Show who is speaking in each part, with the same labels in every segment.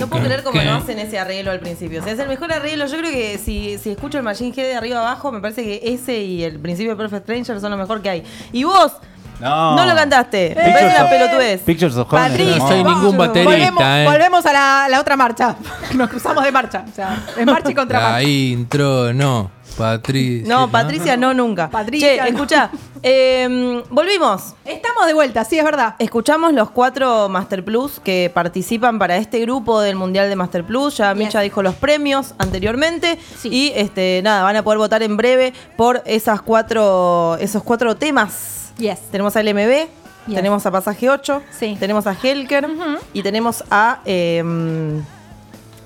Speaker 1: No puedo creer cómo no hacen ese arreglo al principio. O sea, es el mejor arreglo. Yo creo que si, si escucho el Machine Head de arriba abajo, me parece que ese y el principio de Perfect Stranger son lo mejor que hay. Y vos. No. lo cantaste. Me parece
Speaker 2: Eh. Pictures
Speaker 1: una
Speaker 2: of-
Speaker 1: pelotudez.
Speaker 2: Pictures of Home.
Speaker 3: Patricio,
Speaker 4: No soy
Speaker 3: vamos.
Speaker 4: ningún baterista,
Speaker 3: Volvemos,
Speaker 4: eh.
Speaker 3: volvemos a la, la otra marcha. Nos cruzamos de marcha. O sea, es marcha y contra marcha.
Speaker 4: Ahí entró, no. Patricia.
Speaker 1: No, Patricia no, nunca.
Speaker 3: Patricia,
Speaker 1: che,
Speaker 3: no.
Speaker 1: escuchá. eh, volvimos.
Speaker 3: Estamos de vuelta, sí, es verdad.
Speaker 1: Escuchamos los cuatro Master Plus que participan para este grupo del Mundial de Master Plus. Ya
Speaker 3: Bien.
Speaker 1: Micha dijo los premios anteriormente.
Speaker 3: Sí.
Speaker 1: Y este, nada, van a poder votar en breve por esas cuatro, esos cuatro temas.
Speaker 3: Yes.
Speaker 1: Tenemos a LMB,
Speaker 3: Yes.
Speaker 1: tenemos a Pasaje 8,
Speaker 3: Sí.
Speaker 1: tenemos a Helker y tenemos a. eh,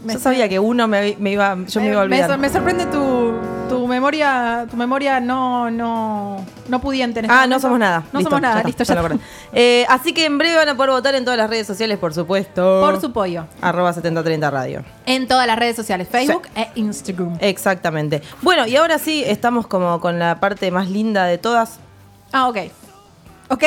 Speaker 3: Me-
Speaker 1: yo sabía que uno me, me iba, yo me, iba a
Speaker 3: me,
Speaker 1: olvidar.
Speaker 3: sor- me sorprende tu, tu memoria, tu memoria no, no, no pudiente. en este
Speaker 1: Ah, no
Speaker 3: momento.
Speaker 1: somos nada.
Speaker 3: No
Speaker 1: Listo,
Speaker 3: somos nada,
Speaker 1: ya
Speaker 3: listo,
Speaker 1: está,
Speaker 3: ya.
Speaker 1: me acordé. Eh, así que en breve van a poder votar en todas las redes sociales, por supuesto.
Speaker 3: Por su pollo.
Speaker 1: Arroba 7030 Radio.
Speaker 3: En todas las redes sociales, Facebook e Instagram.
Speaker 1: Exactamente. Bueno, y ahora sí, estamos como con la parte más linda de todas.
Speaker 3: Ah, ok. Ok.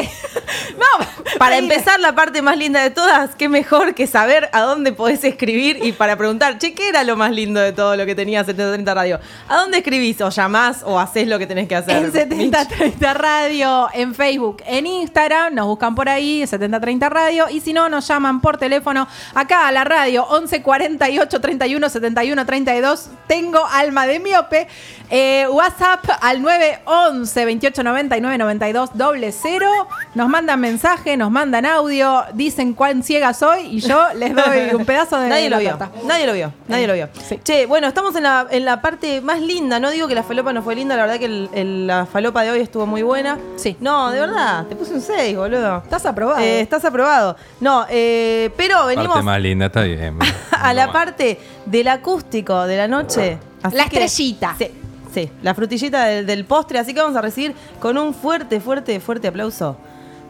Speaker 3: no,
Speaker 1: Para
Speaker 3: ahí-
Speaker 1: empezar, la parte más linda de todas, qué mejor que saber a dónde podés escribir y para preguntar, che, ¿qué era lo más lindo de todo lo que tenía 7030 Radio? ¿A dónde escribís? ¿O llamás o haces lo que tenés que hacer?
Speaker 3: En 7030 Radio, en Facebook, en Instagram, nos buscan por ahí, 7030 Radio, y si no, nos llaman por teléfono acá a la radio 11 48 31 71 32. Tengo alma de miope. Eh, WhatsApp al 911 28 99 92 doble cero. Nos mandan mensaje, nos mandan audio, dicen cuán ciega soy y yo les doy un pedazo de.
Speaker 1: Nadie
Speaker 3: la
Speaker 1: lo vio.
Speaker 3: torta.
Speaker 1: Nadie lo vio. Nadie lo vio.
Speaker 3: Sí.
Speaker 1: Che, bueno, estamos en la, en la parte más linda. No digo que la falopa no fue linda, la verdad que el- el- la falopa de hoy estuvo muy buena.
Speaker 3: Sí.
Speaker 1: No, de verdad, te puse un 6, boludo.
Speaker 3: Estás aprobado.
Speaker 1: Eh, estás aprobado. No, eh, pero venimos
Speaker 4: Parte más linda, está bien.
Speaker 1: a la parte del acústico de la noche. Así
Speaker 3: La
Speaker 1: que-
Speaker 3: estrellita.
Speaker 1: sí, sí, la frutillita del, del postre. Así que vamos a recibir con un fuerte, fuerte, fuerte aplauso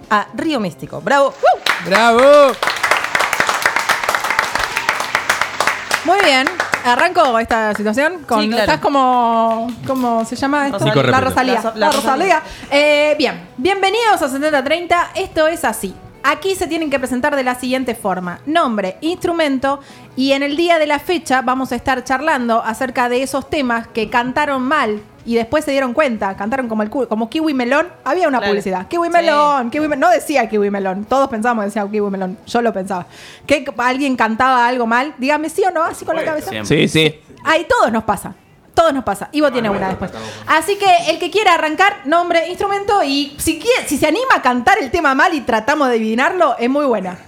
Speaker 1: a Río Místico. ¡Bravo! ¡Uh!
Speaker 4: ¡Bravo!
Speaker 3: Muy bien. Arranco esta situación con
Speaker 1: Sí, claro.
Speaker 3: estás como cómo se llama esto?
Speaker 1: Nico
Speaker 3: la
Speaker 4: Repeto.
Speaker 3: Rosalía.
Speaker 1: La so-
Speaker 3: La
Speaker 1: la
Speaker 3: Rosalía. Eh, bien, bienvenidos a 7030. Esto es así. Aquí se tienen que presentar de la siguiente forma: nombre, instrumento y en el día de la fecha vamos a estar charlando acerca de esos temas que cantaron mal y después se dieron cuenta, cantaron como el cu- como kiwi melón. Había una
Speaker 1: Claro.
Speaker 3: publicidad, kiwi
Speaker 1: Sí.
Speaker 3: melón, kiwi melón. No decía kiwi melón, todos pensamos que decía kiwi melón. Yo lo pensaba. Que alguien cantaba algo mal, dígame sí o no, así con la cabeza.
Speaker 2: Sí, sí.
Speaker 3: Ahí todos nos pasa. Todos nos pasa. Ivo tiene una después. Así que el que quiera arrancar, nombre, instrumento y si, quiere, si se anima a cantar el tema mal y tratamos de adivinarlo, es muy buena.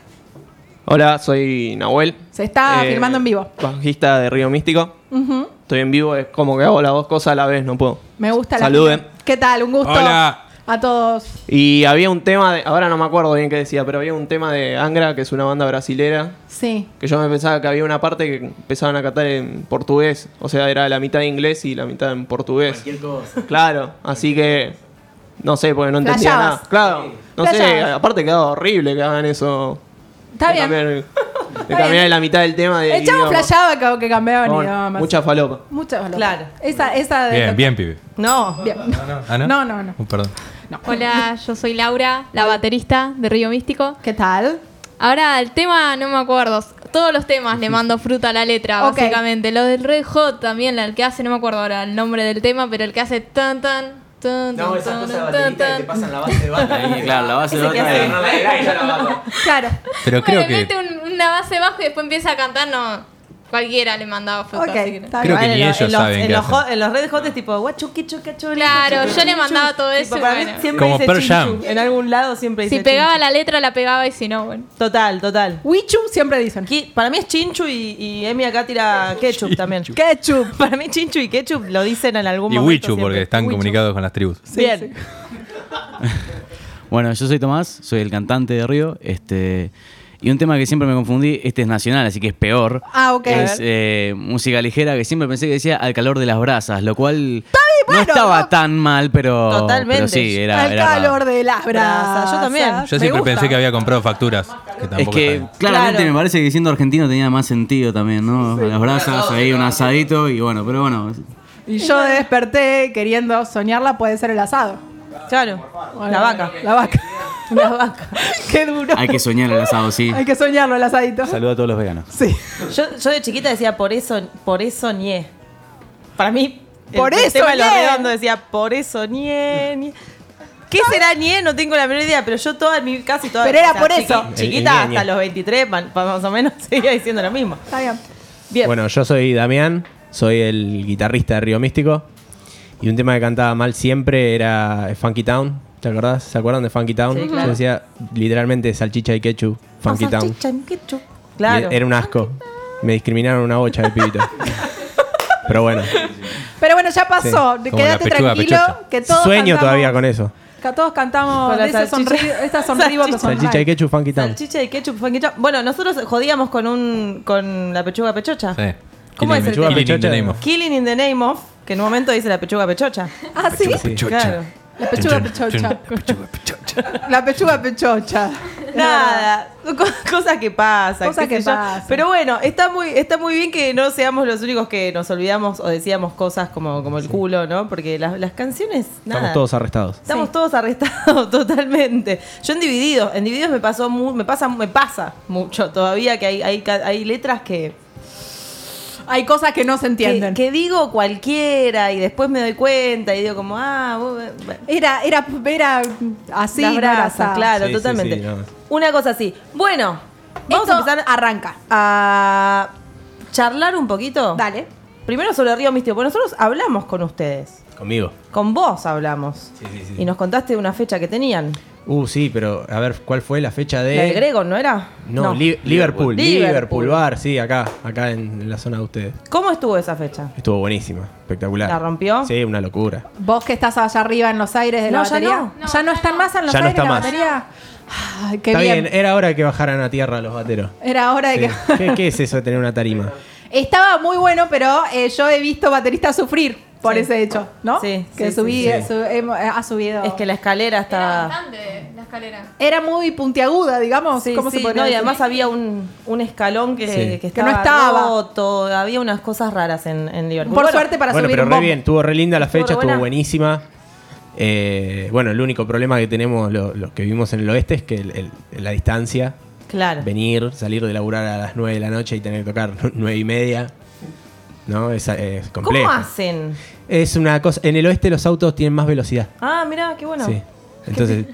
Speaker 5: Hola, soy Nahuel. Eh,
Speaker 3: Se está filmando en vivo.
Speaker 5: Bajista de Río Místico.
Speaker 3: Ujú.
Speaker 5: Estoy en vivo, es como que hago las dos cosas a la vez, no puedo.
Speaker 3: Me gusta la.
Speaker 5: Saluden.
Speaker 3: ¿Qué tal? Un gusto.
Speaker 4: Hola.
Speaker 3: A todos.
Speaker 5: Y había un tema de. Ahora no me acuerdo bien qué decía, pero había un tema de Angra, que es una banda brasilera.
Speaker 3: Sí.
Speaker 5: Que yo me pensaba que había una parte que empezaban a cantar en portugués. O sea, era la mitad en inglés y la mitad en portugués. Claro, así que. No sé, porque no entendía
Speaker 3: Flasheabas.
Speaker 5: nada. Claro, no sé.
Speaker 3: Flasheabas.
Speaker 5: Aparte quedaba horrible que hagan eso.
Speaker 3: Está
Speaker 5: de
Speaker 3: bien.
Speaker 5: Cambiar, de cambiar
Speaker 3: bien.
Speaker 5: la mitad del tema de.
Speaker 3: El chavo flasheaba que- que cambiaban
Speaker 5: Bueno,
Speaker 3: idiomas.
Speaker 5: mucha falopa.
Speaker 3: Muchas
Speaker 1: Claro.
Speaker 3: Esa, esa de.
Speaker 4: Bien, bien, pibe.
Speaker 1: No.
Speaker 3: Bien.
Speaker 4: ¿Ah, no?
Speaker 3: No, no, no.
Speaker 4: Oh, perdón.
Speaker 6: Hola, yo soy Laura, la baterista de Río Místico.
Speaker 3: ¿Qué tal?
Speaker 6: Ahora el tema no me acuerdo. Todos los temas le mando fruta a la letra,
Speaker 3: Ok.
Speaker 6: básicamente. Lo del Red Hot también, el que hace, no me acuerdo ahora el nombre del tema, pero el que hace tan tan tan
Speaker 7: No,
Speaker 6: tan,
Speaker 7: esas cosas de
Speaker 6: tan,
Speaker 7: baterita
Speaker 6: tan,
Speaker 7: que te pasan la base de bata. ¿eh? Claro, la base de
Speaker 1: Ese que
Speaker 7: bata.
Speaker 1: hace-
Speaker 7: eh, no la y ya la bato.
Speaker 3: Claro.
Speaker 4: Pero
Speaker 6: Bueno,
Speaker 4: creo que.
Speaker 6: mete un- una base bajo y después empieza a cantar, no. Cualquiera le mandaba fruta.
Speaker 3: Ok.
Speaker 6: así que no.
Speaker 3: Está
Speaker 4: Creo
Speaker 3: bien.
Speaker 1: Igual
Speaker 4: que ni
Speaker 1: en
Speaker 4: ellos
Speaker 1: en los,
Speaker 4: saben
Speaker 1: en
Speaker 4: qué
Speaker 1: los
Speaker 4: hacen.
Speaker 1: hot- en los redes hot es tipo, guachuqui, chocachola,
Speaker 6: Claro,
Speaker 1: guachuqui,
Speaker 6: yo le mandaba
Speaker 1: chuchu".
Speaker 6: todo
Speaker 1: Tipo,
Speaker 6: eso y
Speaker 1: Para mí
Speaker 6: bueno.
Speaker 1: siempre
Speaker 4: Como
Speaker 1: dice
Speaker 4: Pearl
Speaker 1: chinchu.
Speaker 4: Jam.
Speaker 1: En algún lado siempre dice
Speaker 6: Si pegaba
Speaker 1: chinchu.
Speaker 6: la letra, la pegaba y si no, bueno.
Speaker 1: Total, total.
Speaker 3: Wichu siempre dicen.
Speaker 1: Qui- Para mí es chinchu y, y Emi acá tira ketchup también.
Speaker 3: Ketchup.
Speaker 1: Para mí chinchu y ketchup lo dicen en algún
Speaker 4: Y
Speaker 1: momento.
Speaker 4: Wichu,
Speaker 1: siempre.
Speaker 4: porque están
Speaker 1: Wichu.
Speaker 4: comunicados con las tribus.
Speaker 1: Bien.
Speaker 8: Bueno, yo soy Tomás, soy el cantante de Río. Este, y un tema que siempre me confundí, este es nacional, así que es peor.
Speaker 3: Ah, ok.
Speaker 8: Es eh, música ligera que siempre pensé que decía al calor de las brasas, lo cual no
Speaker 3: bueno,
Speaker 8: estaba
Speaker 3: no-
Speaker 8: tan mal, pero,
Speaker 1: Totalmente.
Speaker 8: pero sí, era,
Speaker 3: Al
Speaker 8: era raro.
Speaker 3: calor de las brasas.
Speaker 1: Yo también.
Speaker 4: Yo
Speaker 3: Me
Speaker 4: siempre
Speaker 3: gusta.
Speaker 4: pensé que había comprado facturas. Que
Speaker 8: Es
Speaker 4: tampoco
Speaker 8: que
Speaker 4: está bien.
Speaker 8: claramente
Speaker 1: Claro.
Speaker 8: me parece que siendo argentino tenía más sentido también, ¿no? A las brasas, ahí un asadito y bueno, pero bueno.
Speaker 3: Y yo desperté queriendo soñarla, puede ser el asado.
Speaker 1: Claro.
Speaker 3: Bueno,
Speaker 1: la vaca.
Speaker 3: La vaca. Las vacas. Qué duro.
Speaker 8: Hay que soñar el asado, sí.
Speaker 3: Hay que soñarlo, el asadito.
Speaker 2: Saluda a todos los veganos.
Speaker 3: Sí.
Speaker 1: Yo, yo de chiquita decía por eso, por eso ñe. Para mí, el-
Speaker 3: Por
Speaker 1: el
Speaker 3: eso
Speaker 1: tema de los
Speaker 3: ñe.
Speaker 1: redondos decía por eso ñe. ñe. ¿Qué será ñe? No tengo la menor idea, pero yo toda mi casi toda
Speaker 3: Pero era
Speaker 1: o sea,
Speaker 3: por
Speaker 1: chiqui-
Speaker 3: eso.
Speaker 2: El-
Speaker 1: Chiquita
Speaker 2: el ñe,
Speaker 1: hasta
Speaker 2: ñe.
Speaker 1: los 23, pa- pa- más o menos, seguía diciendo lo mismo.
Speaker 3: Está bien.
Speaker 1: Bien.
Speaker 2: Bueno, yo soy Damián, soy el guitarrista de Río Místico. Y un tema que cantaba mal siempre era Funky Town. ¿Te acordás? ¿Se acuerdan de Funky Town?
Speaker 1: Sí, claro. Ah,
Speaker 2: Yo decía literalmente salchicha y ketchup, Funky Town.
Speaker 1: Salchicha, ketchup.
Speaker 2: Y
Speaker 1: Claro.
Speaker 2: Era un asco. Me discriminaron una bocha de pibito. Pero bueno,
Speaker 3: Pero bueno, ya pasó.
Speaker 4: Sí, como la
Speaker 3: Quédate
Speaker 4: pechuga
Speaker 3: tranquilo.
Speaker 4: pechocha.
Speaker 3: Que todos
Speaker 2: sueño
Speaker 3: cantamos-
Speaker 2: todavía con eso.
Speaker 3: Que todos cantamos
Speaker 1: Con
Speaker 3: de
Speaker 1: la
Speaker 3: esa
Speaker 1: salchicha.
Speaker 3: sonri esta sonriva que sonríe.
Speaker 2: Salchicha y ketchup, Funky Town.
Speaker 1: Salchicha y ketchup, fue en ketchup. Bueno, nosotros jodíamos con un con la pechuga pechocha.
Speaker 4: Sí.
Speaker 1: ¿Cómo es el
Speaker 2: Pechuga
Speaker 1: tema?
Speaker 4: Killing in the
Speaker 2: pechocha.
Speaker 4: name of.
Speaker 1: Killing in the name of, que en un momento dice la pechuga pechocha.
Speaker 3: Ah, sí.
Speaker 1: Claro.
Speaker 3: La pechuga pechocha. La pechuga pechocha.
Speaker 1: Nada, co- cosas que pasan.
Speaker 3: Cosas
Speaker 1: qué
Speaker 3: que
Speaker 1: sé yo.
Speaker 3: pasan.
Speaker 1: Pero bueno, está muy, está muy bien que no seamos los únicos que nos olvidamos o decíamos cosas como, como el culo, ¿no? Porque las, las canciones, nada.
Speaker 2: Estamos todos arrestados.
Speaker 1: Estamos todos arrestados totalmente. Yo en divididos, en divididos me pasó mu- me pasa, me pasa mucho todavía que hay, hay, ca- hay letras que,
Speaker 3: Hay cosas que no se
Speaker 1: que
Speaker 3: entienden.
Speaker 1: que digo cualquiera y después me doy cuenta y digo como ah vos-
Speaker 3: Era, era, era así.
Speaker 1: las
Speaker 3: no era
Speaker 1: brasas,
Speaker 3: asado.
Speaker 1: claro,
Speaker 2: Sí, sí,
Speaker 1: totalmente.
Speaker 2: sí, no.
Speaker 1: Una cosa así. Bueno, vamos
Speaker 3: Esto
Speaker 1: a empezar
Speaker 3: arranca.
Speaker 1: a charlar un poquito.
Speaker 3: Dale.
Speaker 1: Primero sobre Río Místico, porque nosotros hablamos con ustedes.
Speaker 2: Conmigo.
Speaker 1: Con vos hablamos.
Speaker 2: Sí, sí, sí.
Speaker 1: Y nos contaste una fecha que tenían.
Speaker 2: Uh, sí, pero a ver, ¿cuál fue la fecha de...?
Speaker 1: La de Grego, ¿no era?
Speaker 2: Eh, No, Li- Liverpool. Liverpool.
Speaker 1: Liverpool.
Speaker 2: Bar, sí, acá, acá en, en la zona de ustedes.
Speaker 1: ¿Cómo estuvo esa fecha?
Speaker 2: Estuvo buenísima, espectacular.
Speaker 1: ¿La rompió?
Speaker 2: Sí, una locura.
Speaker 3: Vos que estás allá arriba en los aires de la
Speaker 1: No, ya
Speaker 3: batería.
Speaker 1: no.
Speaker 6: No,
Speaker 3: ya no
Speaker 6: ya
Speaker 3: están
Speaker 6: no.
Speaker 3: más en los
Speaker 2: Ya no
Speaker 3: aires
Speaker 2: está
Speaker 3: la
Speaker 2: más.
Speaker 3: batería. Ay, qué
Speaker 2: Está
Speaker 3: bien.
Speaker 2: bien. era hora de que bajaran a tierra los bateros.
Speaker 3: Era hora de
Speaker 2: Sí.
Speaker 3: que.
Speaker 2: ¿Qué, qué es eso de tener una tarima?
Speaker 3: Estaba muy bueno, pero eh, yo he visto bateristas sufrir por
Speaker 1: Sí.
Speaker 3: ese hecho, ¿no?
Speaker 1: Sí,
Speaker 3: Que
Speaker 1: sí,
Speaker 3: subí,
Speaker 2: sí, sí.
Speaker 3: su- hemo- eh, ha subido.
Speaker 1: Es que la escalera
Speaker 6: Era
Speaker 1: estaba.
Speaker 6: bastante la escalera.
Speaker 3: Era muy puntiaguda, digamos.
Speaker 1: Sí,
Speaker 3: ¿Cómo
Speaker 1: sí,
Speaker 3: se podría
Speaker 1: no, y
Speaker 3: decir?
Speaker 1: además había un, un escalón que,
Speaker 2: Sí.
Speaker 1: que
Speaker 3: Que
Speaker 1: estaba
Speaker 3: no estaba.
Speaker 1: roto, había unas cosas raras en, en Liverpool.
Speaker 3: Por
Speaker 1: Bueno,
Speaker 3: suerte para
Speaker 2: bueno,
Speaker 3: subir
Speaker 2: pero
Speaker 3: un
Speaker 2: re
Speaker 3: bombo.
Speaker 2: bien, estuvo re linda la
Speaker 1: Estuvo
Speaker 2: fecha,
Speaker 1: re
Speaker 2: estuvo
Speaker 1: buena.
Speaker 2: buenísima. Eh, bueno, el único problema que tenemos lo- los que vivimos en el oeste es que el- el- la distancia,
Speaker 1: Claro.
Speaker 2: venir, salir de laburar a las 9 de la noche y tener que tocar 9 y media, ¿no? Es, es complejo.
Speaker 1: ¿Cómo hacen?
Speaker 2: Es una cosa. En el oeste los autos tienen más velocidad.
Speaker 1: Ah, mirá, qué bueno.
Speaker 2: Sí. Entonces,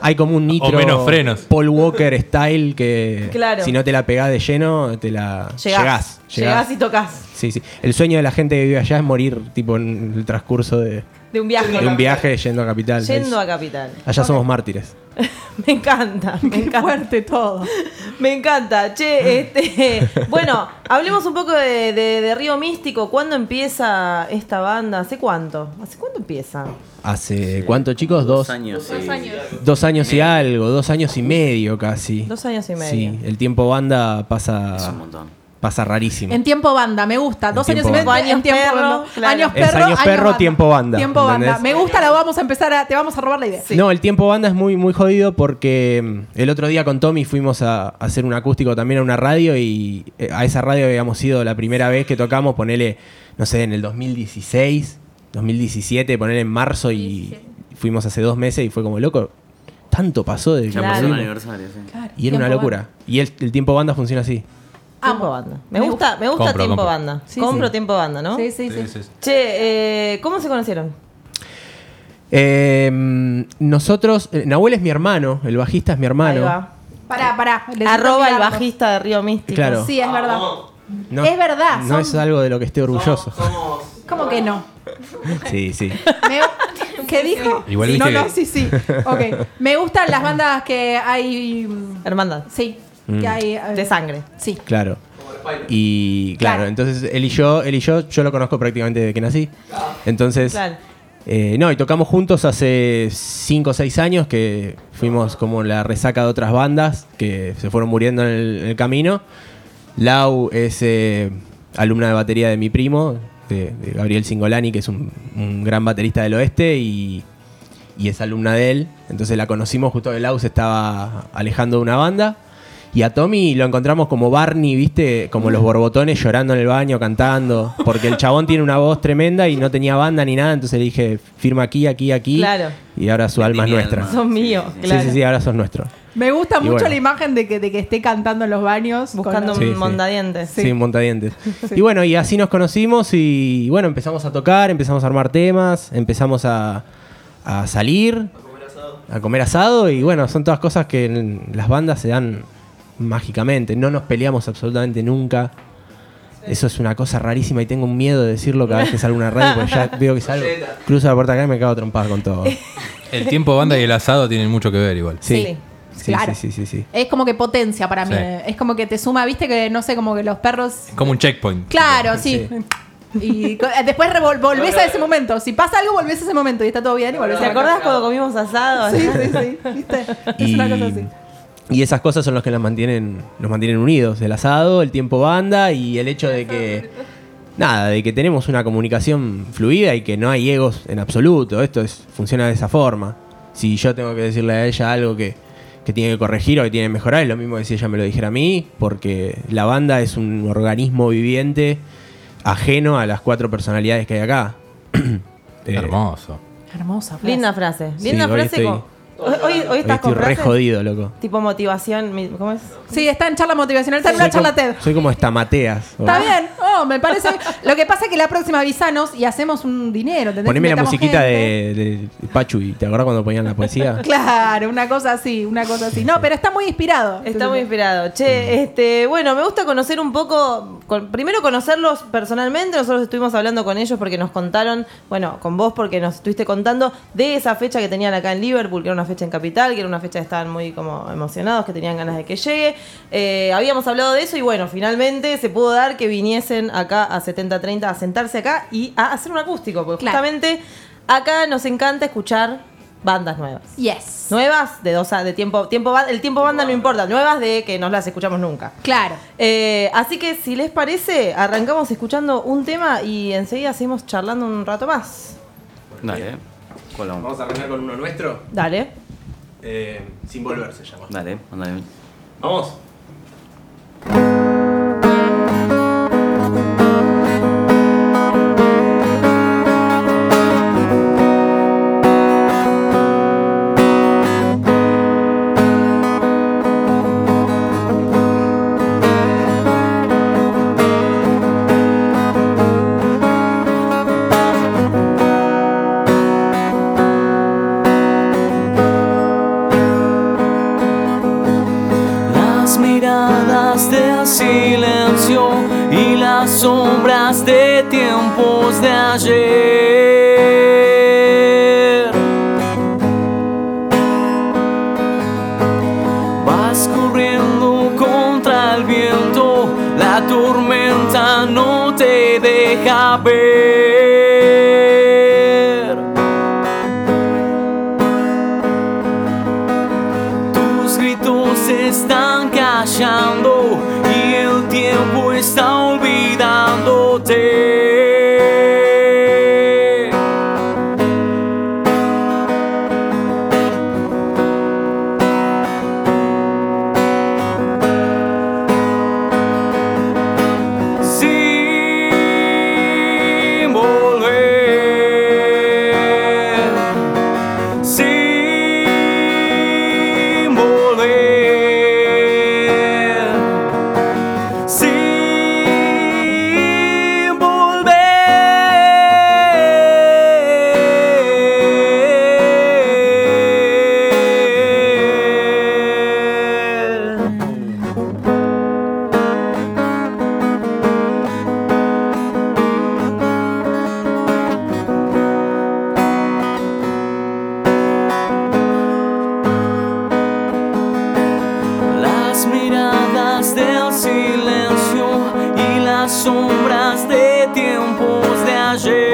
Speaker 2: hay como un nitro.
Speaker 4: O menos frenos.
Speaker 2: Paul Walker style que
Speaker 1: Claro.
Speaker 2: si no te la pegás de lleno, te la.
Speaker 1: Llegás.
Speaker 2: Llegás. llegás.
Speaker 1: Llegás y tocas
Speaker 2: Sí, sí. El sueño de la gente que vive allá es morir, tipo, en el transcurso de,
Speaker 1: de un viaje.
Speaker 2: de un viaje yendo a Capital.
Speaker 1: Yendo
Speaker 2: Es-
Speaker 1: a Capital.
Speaker 2: Allá somos mártires.
Speaker 1: Me encanta, me encanta.
Speaker 3: Fuerte todo.
Speaker 1: Me encanta. Che, este. Bueno, hablemos un poco de, de- de Río Místico. ¿Cuándo empieza esta banda? ¿Hace cuánto? ¿Hace cuánto empieza?
Speaker 2: ¿Hace cuánto, chicos? Dos,
Speaker 8: Dos años.
Speaker 6: Dos
Speaker 8: sí.
Speaker 6: años.
Speaker 2: dos años y algo, dos años y medio casi.
Speaker 1: Dos años y medio.
Speaker 2: Sí, el tiempo banda pasa.
Speaker 8: Es un montón.
Speaker 2: Pasa rarísimo.
Speaker 3: En tiempo banda, me gusta. Dos
Speaker 2: En
Speaker 3: años y
Speaker 2: tiempo
Speaker 3: medio.
Speaker 1: banda.
Speaker 3: en tiempo
Speaker 1: Años perro,
Speaker 3: banda.
Speaker 1: claro.
Speaker 3: Años
Speaker 2: Es
Speaker 3: perro,
Speaker 2: años perro, tiempo banda,
Speaker 3: Tiempo banda.
Speaker 2: ¿entendés?
Speaker 3: Me gusta, la vamos a empezar a. Te vamos a robar la idea.
Speaker 2: No, el tiempo banda es muy, muy jodido porque mm, el otro día con Tommy fuimos a, a hacer un acústico también a una radio y eh, a esa radio habíamos ido la primera vez que tocamos, ponele, no sé, en el 2016, 2017, ponele en marzo y fuimos hace dos meses y fue como loco. Tanto pasó de que
Speaker 1: Claro.
Speaker 8: Es un
Speaker 2: volvimos.
Speaker 8: aniversario, sí.
Speaker 3: Claro,
Speaker 2: Y era una
Speaker 3: tiempo
Speaker 2: locura.
Speaker 3: banda.
Speaker 2: Y el, el tiempo banda funciona así.
Speaker 1: Tiempo
Speaker 3: Amo.
Speaker 1: banda. Me
Speaker 3: Me
Speaker 1: gusta, me gusta
Speaker 4: Compro,
Speaker 1: tiempo
Speaker 4: compro.
Speaker 1: banda.
Speaker 3: Sí,
Speaker 1: compro
Speaker 3: sí.
Speaker 1: tiempo banda, ¿no?
Speaker 3: Sí, sí, sí.
Speaker 4: Sí, sí, sí.
Speaker 1: Che, eh, ¿cómo se conocieron?
Speaker 2: Eh, mm, nosotros, eh, Nahuel es mi hermano, el bajista es mi
Speaker 1: Ahí
Speaker 2: hermano.
Speaker 1: va.
Speaker 3: Pará, pará. les
Speaker 1: Arroba
Speaker 3: estoy
Speaker 1: el
Speaker 3: mirando.
Speaker 1: bajista de Río Místico.
Speaker 2: Claro.
Speaker 3: Sí, es verdad.
Speaker 2: No-
Speaker 3: Es verdad,
Speaker 2: No
Speaker 3: son-
Speaker 2: es algo de lo que esté orgulloso.
Speaker 3: ¿Cómo que no?
Speaker 2: Sí, sí.
Speaker 3: Me- ¿Qué dijo?
Speaker 4: Igual
Speaker 3: Sí,
Speaker 4: viste
Speaker 3: no, no,
Speaker 4: que-
Speaker 3: sí, sí. Ok. Me gustan las bandas que hay. mm,
Speaker 1: Hermandad.
Speaker 3: Sí.
Speaker 2: Mm.
Speaker 3: Que hay. eh,
Speaker 1: De sangre.
Speaker 3: Sí.
Speaker 2: Claro. Y claro,
Speaker 3: Claro.
Speaker 2: entonces él y yo, él y yo, yo lo conozco prácticamente desde que nací. Entonces,
Speaker 1: Claro.
Speaker 2: eh, no, y tocamos juntos hace 5 o 6 años que fuimos como la resaca de otras bandas que se fueron muriendo en el, en el camino. Lau es eh, alumna de batería de mi primo, de, de Gabriel Singolani, que es un, un gran baterista del oeste y, y es alumna de él. Entonces la conocimos justo que Lau se estaba alejando de una banda. Y a Tommy lo encontramos como Barney, ¿viste? Como los borbotones llorando en el baño, cantando. Porque el chabón tiene una voz tremenda y no tenía banda ni nada. Entonces le dije, firma aquí, aquí, aquí.
Speaker 1: Claro.
Speaker 2: Y ahora su alma es
Speaker 7: mi
Speaker 2: nuestra.
Speaker 7: alma.
Speaker 1: Son míos, claro.
Speaker 2: Sí, sí, sí, ahora sos nuestro.
Speaker 3: Me gusta
Speaker 2: Y
Speaker 3: mucho
Speaker 2: bueno.
Speaker 3: la imagen de que, de que esté cantando en los baños. con
Speaker 1: Buscando
Speaker 3: los-
Speaker 2: Sí, sí.
Speaker 1: un mondadientes.
Speaker 2: Sí, montadientes. Y bueno, y así nos conocimos y bueno, empezamos a tocar, empezamos a armar temas, empezamos a, a salir, a comer asado y bueno, son todas cosas que en las bandas se dan mágicamente, no nos peleamos absolutamente nunca. Eso es una cosa rarísima y tengo un miedo de decirlo cada vez que salgo a una radio, porque ya veo que salgo, cruzo la puerta acá y me cago trompado con todo. Sí,
Speaker 4: El tiempo banda y el asado tienen mucho que ver igual.
Speaker 1: Sí.
Speaker 2: sí,
Speaker 3: Claro.
Speaker 2: sí, sí, sí.
Speaker 3: Es como que potencia para mí.
Speaker 4: Sí.
Speaker 3: eh. Es como que te suma, viste, que no sé, como que los perros.
Speaker 4: Es como un checkpoint.
Speaker 3: Claro, sí. Y co- eh, después revol- volvés a ese momento. Si pasa algo, volvés a ese momento y está todo bien y volvés
Speaker 1: ¿Te
Speaker 3: a la
Speaker 1: acordás cuando comimos asado?
Speaker 3: Sí, sí, sí. ¿Viste? Es
Speaker 2: Y,
Speaker 3: una cosa así.
Speaker 2: y esas cosas son las que nos mantienen, nos mantienen unidos. El asado, el tiempo banda y el hecho de que. Nada, de que tenemos una comunicación fluida y que no hay egos en absoluto. Esto es, funciona de esa forma. Si yo tengo que decirle a ella algo que, que tiene que corregir o que tiene que mejorar, es lo mismo que si ella me lo dijera a mí, porque la banda es un organismo viviente ajeno a las cuatro personalidades que hay acá. Eh,
Speaker 4: Hermoso.
Speaker 3: Hermosa. frase.
Speaker 1: Linda frase.
Speaker 2: Sí,
Speaker 1: Linda
Speaker 2: hoy
Speaker 1: frase.
Speaker 2: estoy-
Speaker 1: con- Hoy, hoy- hoy
Speaker 2: hoy
Speaker 1: estás
Speaker 2: estoy
Speaker 1: con
Speaker 2: re
Speaker 1: frases
Speaker 2: jodido, loco.
Speaker 1: Tipo motivación. mi- ¿Cómo es?
Speaker 3: Sí, está en charla motivacional, está en
Speaker 2: Soy
Speaker 3: una charla
Speaker 2: como- Ah.
Speaker 3: TED.
Speaker 2: Soy como estamateas.
Speaker 3: Está bien, oh, me parece. Lo que pasa es que la próxima avisanos y hacemos un dinero. ¿entendés?
Speaker 2: Poneme la
Speaker 3: Metamos
Speaker 2: musiquita
Speaker 3: gente.
Speaker 2: de, de Pachu y te acordás cuando ponían la poesía.
Speaker 3: Claro, una cosa así, una cosa así. No, pero está muy inspirado.
Speaker 1: Está muy inspirado. Che, este, bueno, me gusta conocer un poco, con- primero conocerlos personalmente, nosotros estuvimos hablando con ellos porque nos contaron, bueno, con vos porque nos estuviste contando de esa fecha que tenían acá en Liverpool, que era una fecha en Capital, que era una fecha que estaban muy como emocionados, que tenían ganas de que llegue. Eh, habíamos hablado de eso y bueno, finalmente se pudo dar que viniesen acá a 7030 a sentarse acá y a hacer un acústico, porque
Speaker 3: Claro.
Speaker 1: justamente acá nos encanta escuchar bandas nuevas.
Speaker 3: Yes.
Speaker 1: Nuevas de dos a- de tiempo, tiempo ba- el tiempo banda no importa, nuevas de que no las escuchamos nunca.
Speaker 3: Claro.
Speaker 1: Eh, así que si les parece, arrancamos escuchando un tema y enseguida seguimos charlando un rato más.
Speaker 8: Dale. ¿Cuál vamos?
Speaker 2: a arrancar con uno nuestro.
Speaker 1: Dale.
Speaker 2: sin volver se llama.
Speaker 8: Dale, mandale.
Speaker 2: Vamos.
Speaker 7: Las miradas de silencio y las sombras de tiempos de ayer. Vas corriendo contra el viento, la tormenta no te deja ver. Tus gritos se están callando y el tiempo está olvidándote. Sin volver sin volver, sin volver. Las miradas del silencio y las sombras de tiempos de ayer.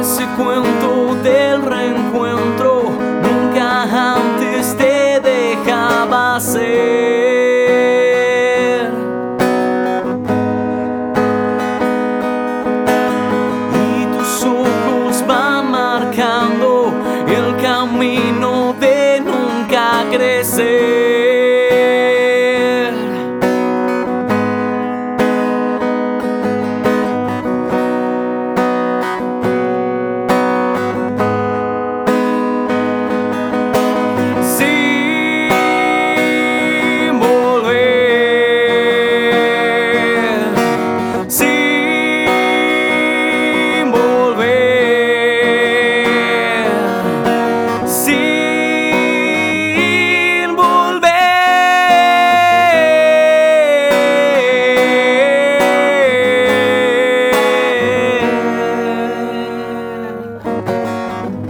Speaker 7: Ese cuento del reencuentro nunca antes te dejaba ser. Y tus ojos van marcando ser. Sin volver, sin volver, sin volver.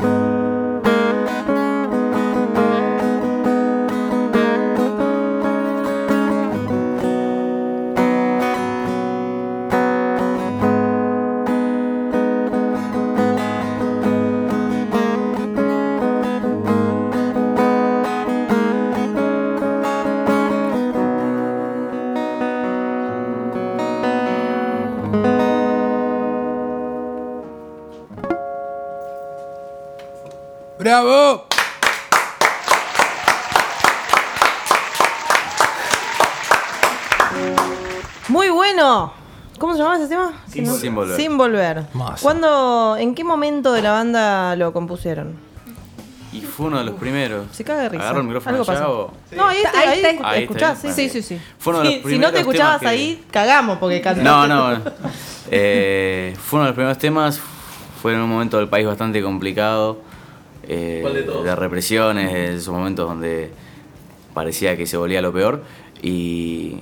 Speaker 4: ¡Bravo!
Speaker 1: Muy bueno. ¿Cómo se llamaba ese tema? Sin,
Speaker 8: Sin Volver.
Speaker 1: Sin volver.
Speaker 4: Mazo.
Speaker 1: ¿Cuándo, ¿En qué momento de la banda lo compusieron?
Speaker 8: Y fue uno de los primeros.
Speaker 1: Se caga de risa.
Speaker 8: Agarro el micrófono
Speaker 1: Algo
Speaker 8: allá
Speaker 1: pasó.
Speaker 8: o-
Speaker 1: No, ahí, está,
Speaker 3: Ahí
Speaker 1: ahí,
Speaker 3: está, ahí
Speaker 1: escu-
Speaker 8: Ahí está,
Speaker 1: escuchás,
Speaker 8: ahí.
Speaker 1: sí,
Speaker 3: Sí, sí, sí.
Speaker 8: Fue uno de los
Speaker 1: Sí, si
Speaker 8: primeros
Speaker 1: no te escuchabas
Speaker 8: temas que-
Speaker 1: ahí, cagamos porque cantaste.
Speaker 8: No, no. Eh, fue uno de los primeros temas. Fue en un momento del país bastante complicado. eh, de, represiones, de esos momentos donde parecía que se volvía lo peor. Y,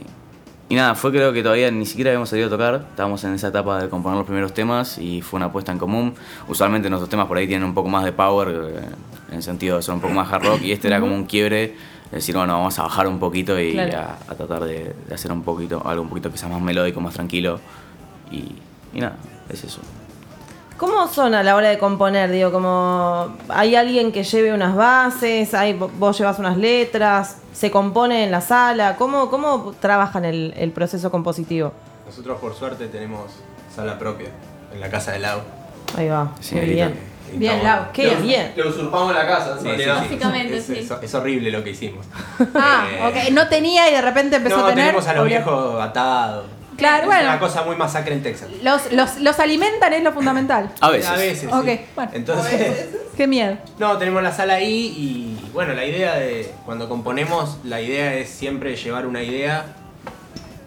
Speaker 8: y nada, fue creo que todavía ni siquiera habíamos salido a tocar. Estábamos en esa etapa de componer los primeros temas y fue una apuesta en común. Usualmente nuestros temas por ahí tienen un poco más de power, eh, en el sentido de ser un poco más hard rock. Y este era como un quiebre. Decir, bueno, vamos a bajar un poquito y
Speaker 1: Claro.
Speaker 8: a, a tratar de, de hacer un poquito, algo un poquito quizás más melódico, más tranquilo. Y, y nada, es eso.
Speaker 1: ¿Cómo son a la hora de componer? Digo, como hay alguien que lleve unas bases, hay, vos llevas unas letras, se compone en la sala. ¿Cómo, cómo trabajan el, el proceso compositivo?
Speaker 2: Nosotros por suerte tenemos sala propia en la casa del lado.
Speaker 1: Ahí va.
Speaker 8: Sí,
Speaker 1: Qué bien.
Speaker 3: Bien, Lau.
Speaker 1: Qué bien.
Speaker 2: Le usurpamos la casa, en realidad.
Speaker 6: Básicamente, sí.
Speaker 2: es horrible lo que hicimos.
Speaker 3: Ah, ok. No tenía y de repente empezó
Speaker 2: Eh, no,
Speaker 3: a tener.
Speaker 2: tenemos a los
Speaker 3: obvio.
Speaker 2: viejos atados.
Speaker 3: Claro,
Speaker 2: es
Speaker 3: bueno.
Speaker 2: Una cosa muy masacre en Texas.
Speaker 3: Los, los, los alimentan, es lo fundamental.
Speaker 8: A veces.
Speaker 2: A veces. sí.
Speaker 3: Ok, bueno.
Speaker 2: Entonces,
Speaker 3: Qué miedo.
Speaker 2: no, tenemos la sala ahí y bueno, la idea de cuando componemos, la idea es siempre llevar una idea.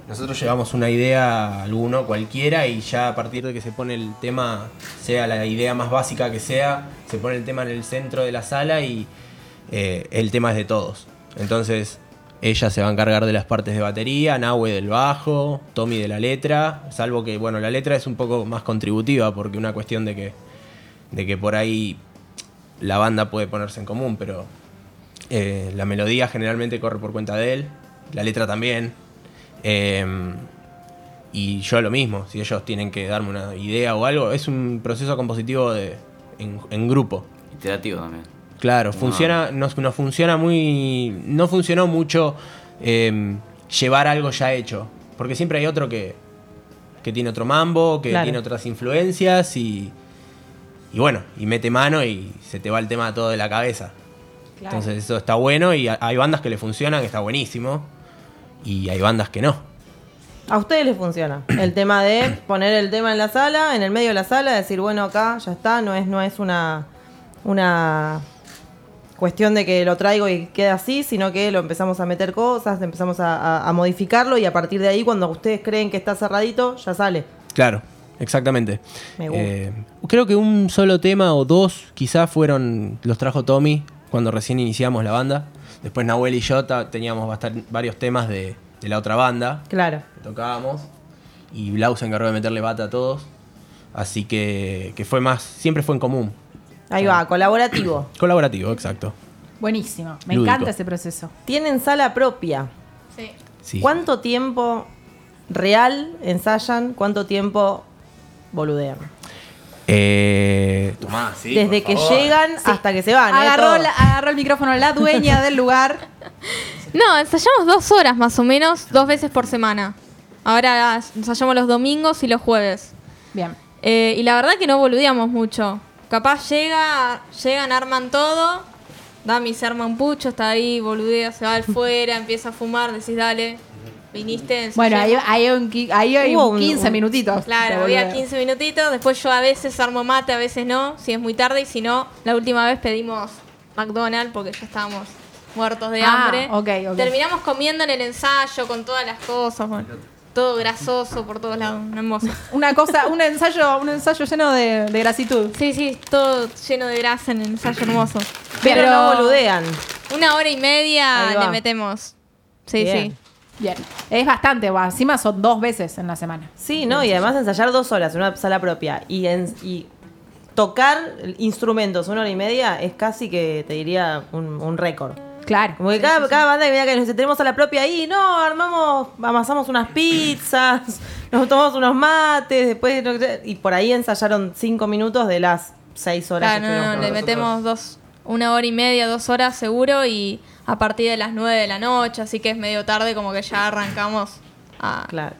Speaker 2: Nosotros llevamos una idea a alguno, cualquiera, y ya a partir de que se pone el tema, sea la idea más básica que sea, se pone el tema en el centro de la sala y eh, el tema es de todos. Entonces, ella se va a encargar de las partes de batería, Nahue del bajo, Tommy de la letra, salvo que, bueno, la letra es un poco más contributiva porque una cuestión de que, de que por ahí la banda puede ponerse en común, pero eh, la melodía generalmente corre por cuenta de él, la letra también. eh, y yo lo mismo, si ellos tienen que darme una idea o algo, es un proceso compositivo de, en- en grupo.
Speaker 8: Iterativo también.
Speaker 2: Claro, funciona, nos, nos funciona muy. No funcionó mucho eh, llevar algo ya hecho. Porque siempre hay otro que, que tiene otro mambo, que
Speaker 1: Claro.
Speaker 2: tiene otras influencias y. Y bueno, y mete mano y se te va el tema todo de la cabeza. Entonces eso está bueno y a- hay bandas que le funcionan, está buenísimo. Y hay bandas que no.
Speaker 1: A ustedes les funciona el tema de poner el tema en la sala, en el medio de la sala, decir, bueno, acá ya está, no es, no es una, una cuestión de que lo traigo y queda así, sino que lo empezamos a meter cosas, empezamos a, a- a modificarlo y a partir de ahí, cuando ustedes creen que está cerradito, ya sale.
Speaker 2: Claro, exactamente.
Speaker 1: Me gusta.
Speaker 2: Eh, creo que un solo tema o dos quizás fueron, los trajo Tommy cuando recién iniciamos la banda. Después Nahuel y yo ta- teníamos bastan- varios temas de, de la otra banda
Speaker 1: Claro.
Speaker 2: que tocábamos. Y Blau se encargó de meterle bata a todos. Así que, que fue más, siempre fue en común.
Speaker 1: Ahí va, colaborativo.
Speaker 2: Colaborativo, exacto.
Speaker 3: Buenísimo. Me
Speaker 2: Lúdico.
Speaker 3: encanta ese proceso.
Speaker 1: Tienen sala propia.
Speaker 6: Sí.
Speaker 2: Sí.
Speaker 1: ¿Cuánto tiempo real ensayan? ¿Cuánto tiempo boludean?
Speaker 2: Eh,
Speaker 1: Desde que llegan hasta que se van. ¿eh?
Speaker 3: Agarró,
Speaker 1: Todo.
Speaker 3: la- agarró el micrófono la dueña del lugar.
Speaker 6: No, ensayamos dos horas más o menos, dos veces por semana. Ahora ensayamos los domingos y los jueves.
Speaker 3: Bien.
Speaker 6: Eh, y la verdad que no boludeamos mucho. Capaz llega, llegan, arman todo Dami se arma un pucho, está ahí, boludea, se va al fuera, empieza a fumar, decís, dale, viniste.
Speaker 3: Bueno, ahí,
Speaker 6: ensayá.
Speaker 3: ahí hay un qui- ahí hay
Speaker 1: Hubo
Speaker 3: un
Speaker 1: un-
Speaker 3: 15 minutitos.
Speaker 6: Claro,
Speaker 3: para
Speaker 6: había
Speaker 3: volver.
Speaker 6: 15 minutitos, después yo a veces armo mate, a veces no, si es muy tarde y si no, la última vez pedimos McDonald's porque ya estábamos muertos de
Speaker 3: Ah,
Speaker 6: hambre.
Speaker 3: ok, ok.
Speaker 6: Terminamos comiendo en el ensayo con todas las cosas, bueno, todo grasoso por todos lados, una hermosa.
Speaker 3: Una cosa, un ensayo, un ensayo lleno de, de grasitud.
Speaker 6: Sí, sí, todo lleno de grasa en el ensayo hermoso.
Speaker 1: Pero,
Speaker 3: Pero-
Speaker 1: no boludean.
Speaker 6: Una hora y media
Speaker 1: Ahí va.
Speaker 6: le metemos. Sí,
Speaker 1: Bien.
Speaker 6: sí.
Speaker 3: Bien. Es bastante, va. encima son dos veces en la semana.
Speaker 1: Sí, ¿no? Y además ensayar dos horas en una sala propia y, en- y tocar instrumentos una hora y media es casi que, te diría, un, un récord.
Speaker 3: Claro.
Speaker 1: Como que cada, cada banda que venía acá y nos dice, tenemos a la propia ahí, no, armamos, amasamos unas pizzas, nos tomamos unos mates, después... no sé, Y por ahí ensayaron cinco minutos de las seis horas.
Speaker 6: Claro,
Speaker 1: que
Speaker 6: no, no,
Speaker 1: estuvimos
Speaker 6: le metemos dos, una hora y media, dos horas seguro y a partir de las nueve de la noche, así que es medio tarde, como que ya arrancamos. a-
Speaker 1: Claro.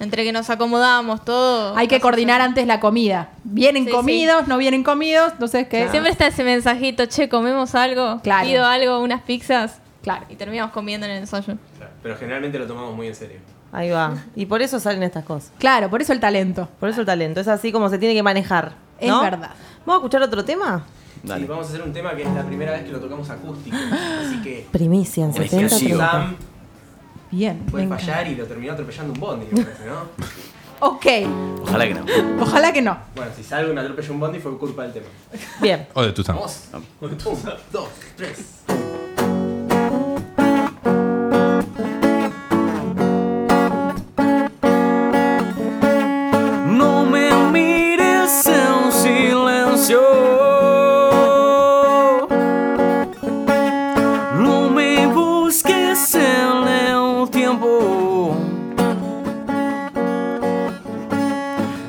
Speaker 6: Entre que nos acomodamos todo.
Speaker 3: Hay que
Speaker 6: Entonces,
Speaker 3: coordinar antes la comida. Vienen
Speaker 6: Sí,
Speaker 3: comidos, no vienen comidos, entonces que.
Speaker 6: Siempre está ese mensajito, che, comemos algo,
Speaker 3: Claro.
Speaker 6: pido algo, unas pizzas
Speaker 3: Claro.
Speaker 6: y terminamos comiendo en el ensayo.
Speaker 2: Pero generalmente lo tomamos muy en serio.
Speaker 1: Ahí va. Y por eso salen estas cosas.
Speaker 3: Claro, por eso el talento.
Speaker 1: Por eso el talento. Es así como se tiene que manejar. ¿no?
Speaker 3: Es verdad.
Speaker 1: ¿Vamos a escuchar otro tema?
Speaker 8: Dale.
Speaker 2: vamos a hacer un tema que es la primera vez que lo tocamos acústico. Así que
Speaker 1: Primicia en
Speaker 8: Una
Speaker 1: 70.
Speaker 8: exclusiva.
Speaker 2: Sam
Speaker 3: Bien.
Speaker 2: puede
Speaker 3: me encanta.
Speaker 2: fallar y lo terminó atropellando un bondi, me parece, ¿no?
Speaker 3: Ok.
Speaker 8: Ojalá que no.
Speaker 3: Ojalá que no.
Speaker 2: Bueno, si salgo y me atropella un bondi fue culpa del tema.
Speaker 1: Bien.
Speaker 4: O de tus amos.
Speaker 2: Vamos. Uno, dos, tres.
Speaker 7: No me mires en silencio. No me busques en el tiempo.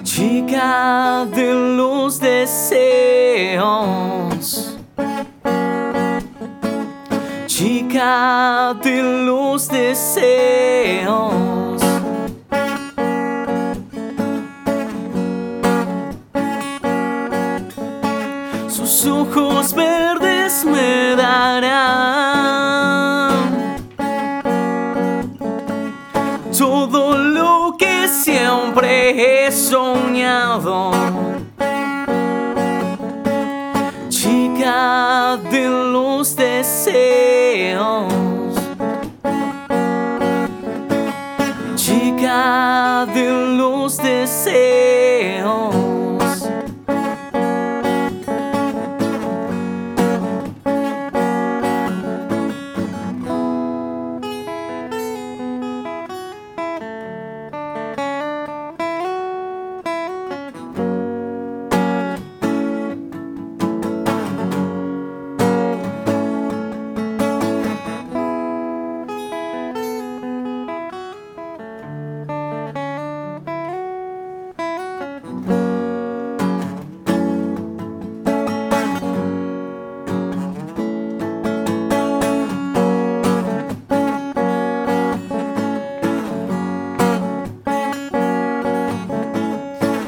Speaker 7: Chica de los deseos. Chica de los deseos. Sus ojos verdes me darán todo lo que siempre he soñado. Chica de los deseos. Chica de los deseos.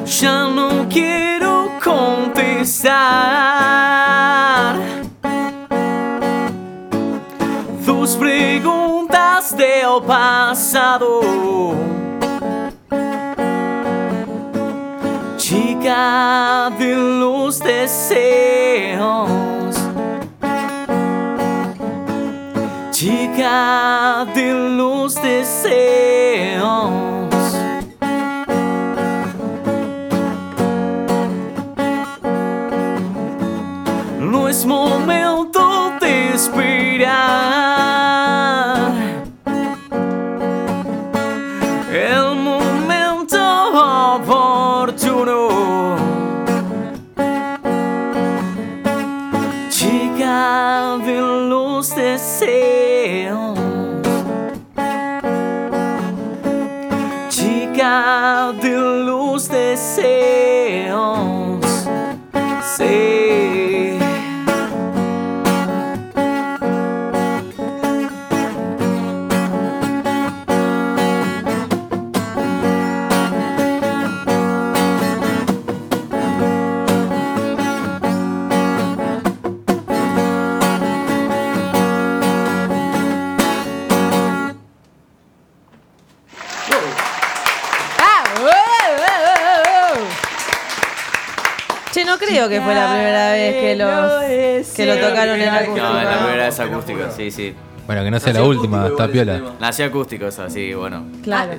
Speaker 7: ya no quiero contestar. Tus preguntas del pasado. Chica de los deseos. Chica de los deseos. No es momento de esperar. El momento oportuno. Chica de los deseos. Chica de los deseos. Sí.
Speaker 3: Ah, oh,
Speaker 1: creo que fue la primera vez que los que lo tocaron en acústico.
Speaker 7: Ah, No, es la
Speaker 1: ¿no?
Speaker 7: primera vez acústica, sí, sí.
Speaker 4: Bueno, que no sea la última, está piola.
Speaker 7: Nací acústico, o sea, sí, bueno.
Speaker 1: Claro.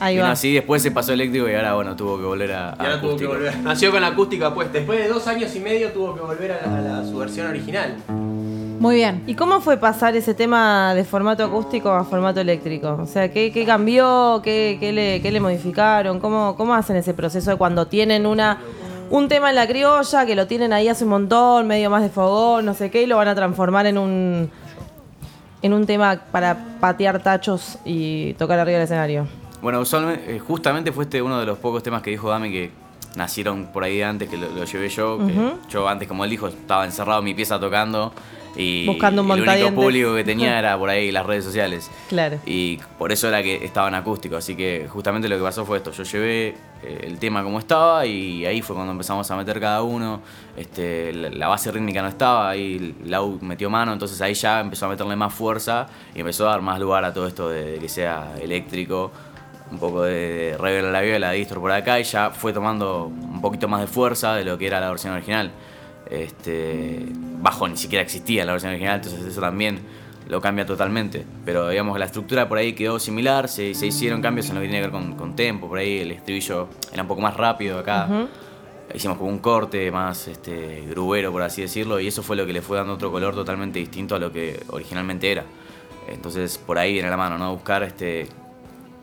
Speaker 1: Ahí
Speaker 7: Vino
Speaker 1: va.
Speaker 7: así, después se pasó eléctrico y ahora, bueno, tuvo que volver a, a acústico.
Speaker 5: Nació con la acústica puesta.
Speaker 2: Después de dos años y medio tuvo que volver a, la- a su versión original.
Speaker 3: Muy bien.
Speaker 1: ¿Y cómo fue pasar ese tema de formato acústico a formato eléctrico? O sea, ¿qué, qué cambió? ¿Qué, qué le, qué le modificaron? ¿Cómo, ¿Cómo hacen ese proceso de cuando tienen una un tema en la criolla, que lo tienen ahí hace un montón, medio más de fogón, no sé qué, y lo van a transformar en un en un tema para patear tachos y tocar arriba del escenario?
Speaker 7: Bueno, usualmente, eh, justamente fue este uno de los pocos temas que dijo Dami que nacieron por ahí antes, que lo, lo llevé yo. que Yo antes, como él dijo, estaba encerrado en mi pieza tocando y
Speaker 1: Buscando un
Speaker 7: el único
Speaker 1: montadientes.
Speaker 7: público que tenía era por ahí las redes sociales.
Speaker 1: Claro.
Speaker 7: Y por eso era que estaba en acústico, así que justamente lo que pasó fue esto. Yo llevé eh, el tema como estaba y ahí fue cuando empezamos a meter cada uno. Este, la, la base rítmica no estaba, ahí Lau metió mano, entonces ahí ya empezó a meterle más fuerza y empezó a dar más lugar a todo esto de que sea eléctrico, un poco de reverb a la viola, distro por acá y ya fue tomando un poquito más de fuerza de lo que era la versión original. Este, bajo ni siquiera existía en la versión original, entonces eso también lo cambia totalmente. Pero digamos, la estructura por ahí quedó similar, se, se hicieron cambios en lo que tiene que ver con, con tempo, por ahí el estribillo era un poco más rápido acá. Hicimos como un corte más este, grubero, por así decirlo, y eso fue lo que le fue dando otro color totalmente distinto a lo que originalmente era. Entonces, por ahí viene la mano, ¿no? Buscar este.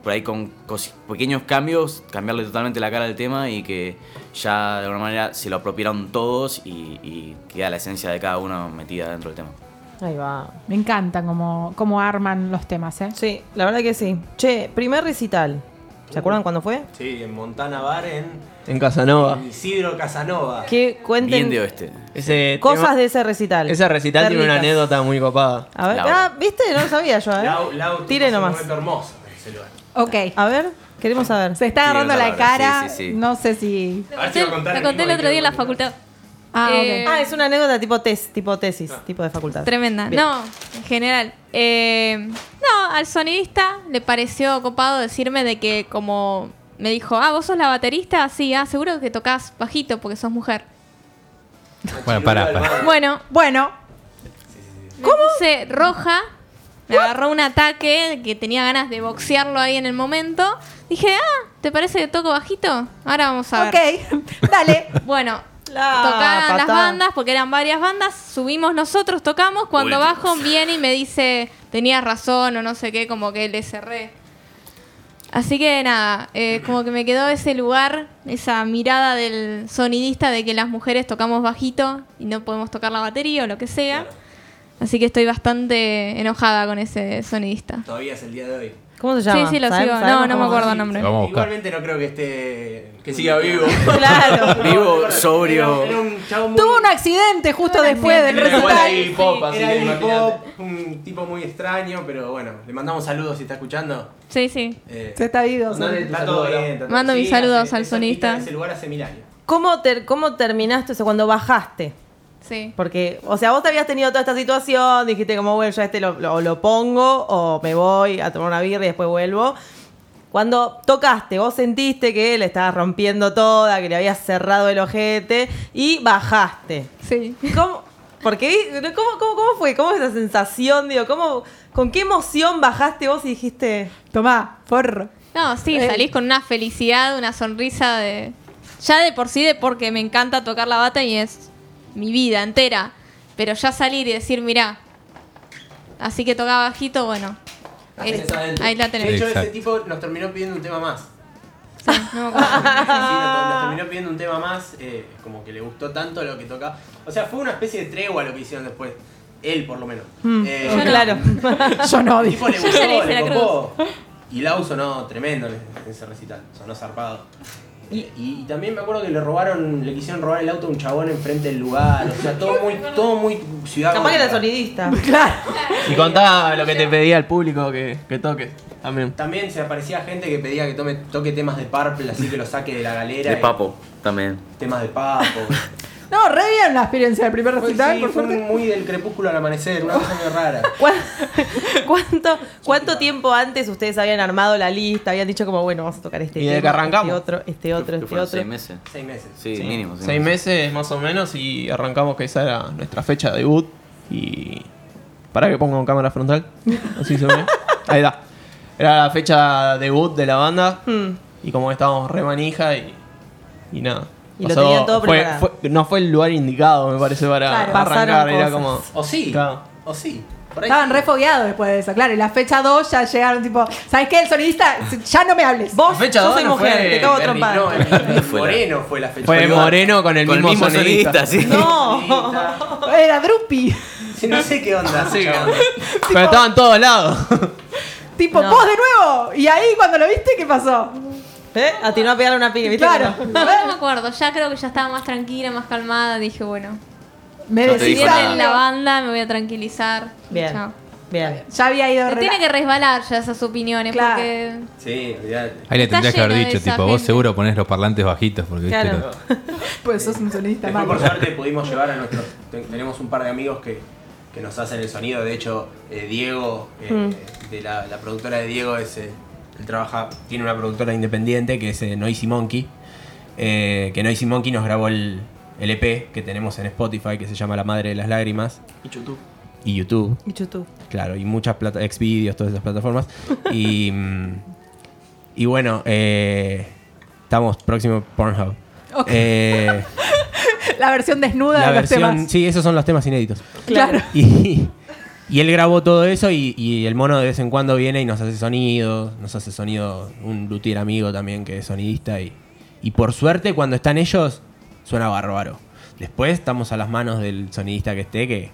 Speaker 7: Por ahí con cosi- pequeños cambios, cambiarle totalmente la cara al tema y que ya de alguna manera se lo apropiaron todos y, y queda la esencia de cada uno metida dentro del tema.
Speaker 1: Ahí va.
Speaker 3: Me encanta cómo, cómo arman los temas, ¿eh?
Speaker 1: Sí, la verdad que sí. Che, primer recital. ¿Se acuerdan cuándo fue?
Speaker 2: Sí, en Montana Bar, en
Speaker 5: En Casanova.
Speaker 2: Isidro Casanova.
Speaker 1: Que cuenten
Speaker 7: Bien de oeste.
Speaker 5: Ese
Speaker 1: cosas
Speaker 5: tema-
Speaker 1: de ese recital.
Speaker 5: Ese recital tiene una
Speaker 1: Perlitas.
Speaker 5: anécdota muy copada.
Speaker 1: A ver,
Speaker 7: Laura.
Speaker 1: ah, ¿viste? No lo sabía yo, ¿eh? Tire nomás.
Speaker 2: hermoso.
Speaker 3: Ok.
Speaker 1: A ver, queremos saber.
Speaker 3: Se está
Speaker 7: Sí,
Speaker 3: agarrando
Speaker 7: otra
Speaker 3: la
Speaker 7: palabra,
Speaker 3: cara.
Speaker 7: sí, sí, sí.
Speaker 3: No sé si.
Speaker 6: Lo
Speaker 2: A ver si
Speaker 6: conté,
Speaker 2: va a contar
Speaker 6: lo
Speaker 2: el
Speaker 6: conté el
Speaker 2: mismo
Speaker 6: otro día en la
Speaker 2: que lo
Speaker 6: facultad.
Speaker 3: Ah,
Speaker 6: Eh,
Speaker 1: Ah, es una anécdota tipo, tes, tipo tesis, tipo de facultad.
Speaker 6: Tremenda.
Speaker 1: Bien.
Speaker 6: No, en general. Eh, no, al sonidista le pareció copado decirme de que como me dijo, ah, vos sos la baterista, sí, ah, seguro que tocas bajito porque sos mujer.
Speaker 4: Bueno, pará, pará.
Speaker 6: Bueno,
Speaker 3: Bueno,
Speaker 6: ¿Cómo? Me puse roja, me agarró un ataque que tenía ganas de boxearlo ahí en el momento. Dije, ah, ¿te parece que toco bajito? Ahora vamos a ver.
Speaker 3: ok. Dale.
Speaker 6: Bueno,
Speaker 1: La
Speaker 6: tocaban las
Speaker 1: patada.
Speaker 6: bandas, porque eran varias bandas, subimos nosotros, tocamos, cuando
Speaker 7: Uy.
Speaker 6: bajo viene y me dice, tenías razón o no sé qué, como que le cerré. Así que nada, eh, como que me quedó ese lugar, esa mirada del sonidista de que las mujeres tocamos bajito y no podemos tocar la batería o lo que sea. Así que estoy bastante enojada con ese sonidista.
Speaker 2: Todavía es el día de hoy.
Speaker 1: ¿Cómo se llama?
Speaker 6: Sí, sí, lo
Speaker 1: ¿Sabe-
Speaker 6: sigo.
Speaker 1: sabemos
Speaker 6: No, no me
Speaker 1: cómo se
Speaker 6: acuerdo el
Speaker 1: llama?
Speaker 6: nombre.
Speaker 4: Vamos a buscar.
Speaker 2: Igualmente no creo que esté.
Speaker 5: Que siga vivo.
Speaker 1: Claro.
Speaker 7: Vivo, sobrio.
Speaker 2: Era un chavo muy-
Speaker 3: Tuvo un accidente justo después del
Speaker 5: Era igual
Speaker 3: recital.
Speaker 5: ahí. hip-hop, así
Speaker 2: era
Speaker 5: que
Speaker 2: hip hop,
Speaker 5: imagínate.
Speaker 2: un tipo muy extraño, pero bueno, le mandamos saludos si está escuchando.
Speaker 6: Sí, sí.
Speaker 2: Eh,
Speaker 3: Se está vivo.
Speaker 2: no,
Speaker 3: sí.
Speaker 2: está todo bien, está todo-
Speaker 6: Mando mis saludos
Speaker 2: hace-
Speaker 6: al
Speaker 2: está
Speaker 6: sonista.
Speaker 2: cerquita de Ese lugar hace mil años.
Speaker 1: ¿Cómo, ter- ¿Cómo terminaste? O sea, cuando bajaste.
Speaker 6: Sí.
Speaker 1: Porque, o sea, vos te habías tenido toda esta situación, dijiste como, bueno, ya este lo, lo, lo pongo o me voy a tomar una birra y después vuelvo. Cuando tocaste, vos sentiste que le estabas rompiendo toda, que le habías cerrado el ojete y bajaste.
Speaker 6: Sí.
Speaker 1: ¿Cómo? ¿Por qué? ¿Cómo, cómo, cómo fue? ¿Cómo esa sensación? Digo, ¿cómo, ¿Con qué emoción bajaste vos y dijiste,
Speaker 3: Tomá, forro.
Speaker 6: No, sí, salís con una felicidad, una sonrisa de. Ya de por sí, de porque me encanta tocar la bata y es mi vida entera. Pero ya salir y decir, mirá. Así que tocaba bajito, bueno.
Speaker 2: La
Speaker 6: Es-
Speaker 2: tenés adentro.
Speaker 6: ahí la
Speaker 2: De
Speaker 6: tenés.
Speaker 2: hecho, ese
Speaker 4: Exacto.
Speaker 2: tipo nos terminó pidiendo un tema más.
Speaker 6: Sí, no me acuerdo.
Speaker 2: Sí, nos, nos terminó pidiendo un tema más, eh, como que le gustó tanto lo que toca. O sea, fue una especie de tregua lo que hicieron después. Él, por lo menos.
Speaker 7: Mm,
Speaker 3: Mm.
Speaker 2: Eh,
Speaker 6: Yo no.
Speaker 1: "Oh, claro,
Speaker 3: Yo no
Speaker 2: El
Speaker 3: dije.
Speaker 2: tipo le
Speaker 6: Yo ya
Speaker 2: gustó,
Speaker 6: le hice
Speaker 2: le
Speaker 6: la
Speaker 2: copó. Y Lau sonó tremendo en ese recital, sonó zarpado. Y, y también me acuerdo que le robaron, le quisieron robar el auto a un chabón enfrente del lugar, o sea, todo muy, todo muy ciudad.
Speaker 1: capaz que era
Speaker 2: gótica.
Speaker 1: sonidista.
Speaker 5: Y contá lo que te pedía el público que, que toque. También.
Speaker 2: También se aparecía gente que pedía que tome, toque temas de Purple, así que lo saque de la galera.
Speaker 7: De
Speaker 2: y-
Speaker 7: papo, también.
Speaker 2: Temas de papo.
Speaker 3: No, re bien la experiencia del primer
Speaker 2: Fue,
Speaker 3: recital,
Speaker 2: Pues sí,
Speaker 3: por
Speaker 2: fue
Speaker 3: suerte.
Speaker 2: muy del crepúsculo al amanecer, una cosa muy rara.
Speaker 1: ¿Cuán- ¿Cuánto, ¿Cuánto tiempo antes ustedes habían armado la lista? Habían dicho como, bueno, vamos a tocar este
Speaker 5: Y desde
Speaker 1: tema,
Speaker 5: que arrancamos.
Speaker 1: este otro, este otro,
Speaker 8: ¿Qué
Speaker 1: este
Speaker 8: fueron,
Speaker 1: otro.
Speaker 8: seis meses?
Speaker 2: Seis meses.
Speaker 8: Sí, mínimo. seis
Speaker 5: Seis meses más o menos y arrancamos que esa era nuestra fecha de debut. Y. Para que pongan cámara frontal. Así se ve. Ahí está. Era la fecha debut de la banda.
Speaker 1: Hmm.
Speaker 5: Y como estábamos re manija y. Y nada.
Speaker 1: Y lo tenían todo
Speaker 5: fue-
Speaker 1: preparado.
Speaker 5: fue- No fue el lugar indicado, me parece, para
Speaker 1: Claro.
Speaker 5: arrancar.
Speaker 1: Pasaron
Speaker 5: Era
Speaker 1: cosas.
Speaker 5: como.
Speaker 2: O sí.
Speaker 5: Claro.
Speaker 2: O sí. Por ahí.
Speaker 3: Estaban refogueados después de eso, claro. Y la fecha 2 ya llegaron tipo, ¿sabes qué? El sonidista, ya no me hables.
Speaker 1: Vos,
Speaker 5: fecha
Speaker 1: yo
Speaker 5: dos
Speaker 1: soy
Speaker 5: no
Speaker 1: mujer,
Speaker 5: fue
Speaker 1: te cago a
Speaker 2: Berlín,
Speaker 1: trompar.
Speaker 2: no, en
Speaker 8: Fue la-
Speaker 2: Moreno fue la fecha.
Speaker 5: Fue
Speaker 2: Pero-
Speaker 5: Moreno con el
Speaker 8: Con el
Speaker 5: mismo,
Speaker 8: mismo
Speaker 5: sonidista.
Speaker 8: sonidista, sí.
Speaker 1: No.
Speaker 3: Era Drupi.
Speaker 2: No sé qué onda.
Speaker 5: Sí,
Speaker 2: chabón.
Speaker 5: Pero estaba en todos lados.
Speaker 3: Tipo,
Speaker 1: No.
Speaker 3: vos de nuevo. Y ahí cuando lo viste, ¿qué pasó?
Speaker 1: ¿Eh? A ti no a pegar una piña, ¿viste?
Speaker 3: Claro.
Speaker 1: Que no.
Speaker 6: No, no me acuerdo, ya creo que ya estaba más tranquila, más calmada. Dije, bueno,
Speaker 3: Me
Speaker 8: No te
Speaker 6: si
Speaker 8: dijo
Speaker 6: bien
Speaker 3: decís "Ah,
Speaker 8: nada.
Speaker 6: en la banda me voy a tranquilizar.
Speaker 1: Bien.
Speaker 6: Chao.
Speaker 1: Bien.
Speaker 3: Ya había ido
Speaker 6: Te
Speaker 3: rela-
Speaker 6: tiene que resbalar ya esas opiniones
Speaker 3: Claro.
Speaker 6: porque
Speaker 2: Sí, olvidate.
Speaker 4: Ahí le
Speaker 6: Está
Speaker 4: tendrías que haber
Speaker 6: lleno de
Speaker 4: dicho,
Speaker 6: esa
Speaker 4: tipo, vos
Speaker 6: gente.
Speaker 4: seguro ponés los parlantes bajitos porque viste,
Speaker 1: Claro.
Speaker 4: los-
Speaker 3: Pues sos un sonidista
Speaker 2: Después, por
Speaker 3: malo.
Speaker 2: suerte, pudimos llevar a nuestros. ten- Tenemos un par de amigos que, que nos hacen el sonido. De hecho, eh, Diego, eh, de la, la productora de Diego, es, eh, él trabaja, tiene una productora independiente que es eh, Noisy Monkey. eh, que Noisy Monkey nos grabó el, el EP que tenemos en Spotify que se llama La Madre de las Lágrimas.
Speaker 5: Y YouTube.
Speaker 2: Y YouTube,
Speaker 1: Y YouTube.
Speaker 2: claro, y muchas plata, Xvideos, todas esas plataformas. Y, mm, y bueno, eh, estamos próximo Pornhub.
Speaker 3: Ok.
Speaker 2: Eh,
Speaker 3: La versión desnuda
Speaker 2: la
Speaker 3: de los
Speaker 2: versión,
Speaker 3: temas.
Speaker 2: sí, esos son los temas inéditos.
Speaker 3: Claro.
Speaker 2: Y, y él grabó todo eso y, y el mono de vez en cuando viene y nos hace sonido, nos hace sonido un luthier amigo también que es sonidista y, y por suerte cuando están ellos suena bárbaro. Después estamos a las manos del sonidista que esté que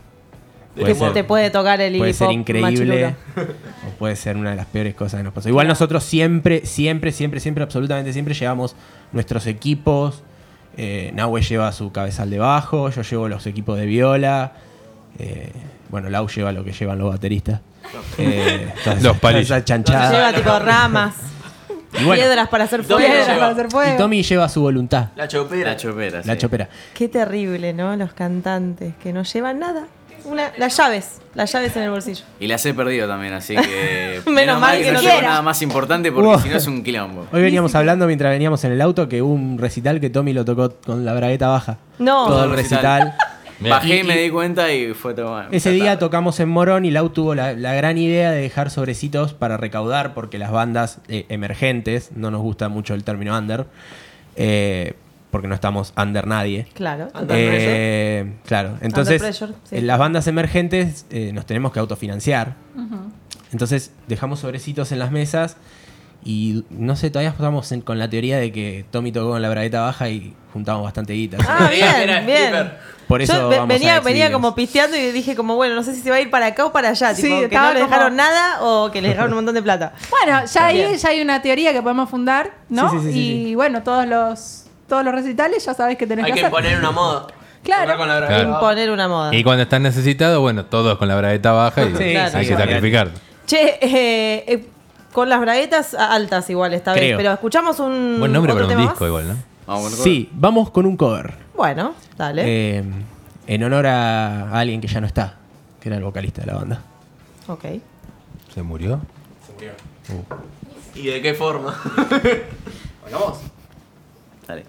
Speaker 2: puede
Speaker 1: Te-
Speaker 2: ser,
Speaker 1: te puede tocar el
Speaker 2: puede
Speaker 1: hip
Speaker 2: ser
Speaker 1: hop
Speaker 2: increíble
Speaker 1: machirulo.
Speaker 2: o puede ser una de las peores cosas que nos pasó. Igual nosotros siempre, siempre, siempre, siempre, absolutamente siempre llevamos nuestros equipos. Eh, Nahue lleva su cabezal debajo, yo llevo los equipos de viola. Eh, bueno, Lau lleva lo que llevan los bateristas. Eh, todas
Speaker 4: Los
Speaker 2: esas-
Speaker 4: palillos.
Speaker 2: todas esas chanchadas.
Speaker 1: Lleva tipo ramas,
Speaker 2: Y bueno,
Speaker 1: piedras para hacer
Speaker 5: ¿Dónde
Speaker 1: fuego.
Speaker 5: lo
Speaker 3: Piedras para hacer
Speaker 2: y
Speaker 3: fuego.
Speaker 2: Tommy lleva su voluntad,
Speaker 5: La
Speaker 8: La
Speaker 5: chopera.
Speaker 8: chopera.
Speaker 2: la
Speaker 8: sí.
Speaker 2: chopera.
Speaker 1: Qué terrible, ¿no? Los cantantes que no llevan nada. Una, las llaves, las llaves en el bolsillo.
Speaker 8: Y las he perdido también, así que.
Speaker 1: Menos mal que no
Speaker 8: llevo
Speaker 1: quiera.
Speaker 8: nada más importante porque
Speaker 2: Wow.
Speaker 8: si no es un quilombo.
Speaker 2: Hoy veníamos hablando mientras veníamos en el auto que hubo un recital que Tommy lo tocó con la bragueta baja.
Speaker 1: No.
Speaker 2: Todo el
Speaker 8: Todo el recital.
Speaker 2: recital.
Speaker 4: Mirá.
Speaker 8: Bajé y me di cuenta y fue todo bueno.
Speaker 2: Ese
Speaker 8: ya
Speaker 2: día
Speaker 8: está.
Speaker 2: tocamos en Morón y Lau tuvo la, la gran idea de dejar sobrecitos para recaudar, porque las bandas eh, emergentes, no nos gusta mucho el término under, eh, porque no estamos under nadie.
Speaker 1: Claro.
Speaker 2: Eh, claro, entonces
Speaker 1: pressure, sí.
Speaker 2: en las bandas emergentes eh, nos tenemos que autofinanciar. Entonces dejamos sobrecitos en las mesas y no sé, todavía estamos en- con la teoría de que Tommy tocó con la bragueta baja y juntamos bastante guita.
Speaker 1: Ah,
Speaker 5: Era
Speaker 1: bien, bien.
Speaker 5: stripper.
Speaker 2: Por eso
Speaker 1: Yo ve-
Speaker 2: vamos a
Speaker 1: venía, venía
Speaker 2: exhibirnos.
Speaker 1: como pisteando y dije como, bueno, no sé si se va a ir para acá o para allá.
Speaker 3: Sí,
Speaker 1: tipo, que
Speaker 3: estaba
Speaker 1: no le
Speaker 3: como-
Speaker 1: dejaron nada o que le dejaron un montón de plata.
Speaker 3: Bueno, ya ahí
Speaker 1: Bien.
Speaker 3: ya hay una teoría que podemos fundar, ¿no?
Speaker 2: Sí, sí, sí, sí,
Speaker 3: y bueno, todos los todos los recitales ya sabés que tenés
Speaker 5: Hay
Speaker 3: que,
Speaker 5: que
Speaker 3: hacer.
Speaker 5: poner una moda.
Speaker 3: Claro.
Speaker 5: Tocar con la bragueta
Speaker 4: Claro.
Speaker 5: baja.
Speaker 1: Imponer una moda.
Speaker 4: Y cuando están necesitados, bueno, todos con la bragueta baja y
Speaker 2: Sí,
Speaker 1: Claro.
Speaker 4: hay
Speaker 2: sí,
Speaker 4: que sacrificar.
Speaker 1: Che, eh, eh, con las braguetas a- altas igual esta vez,
Speaker 2: Creo.
Speaker 1: pero escuchamos un...
Speaker 4: Buen nombre
Speaker 1: otro
Speaker 4: para un
Speaker 1: tema
Speaker 4: disco
Speaker 1: más.
Speaker 4: igual, ¿no?
Speaker 8: Vamos con el
Speaker 2: Sí, vamos con un cover.
Speaker 1: Bueno, dale.
Speaker 2: Eh, en honor a, a alguien que ya no está, que era el vocalista de la banda.
Speaker 1: Ok.
Speaker 4: ¿Se murió?
Speaker 5: ¿Y de qué forma?
Speaker 8: coro. Dale.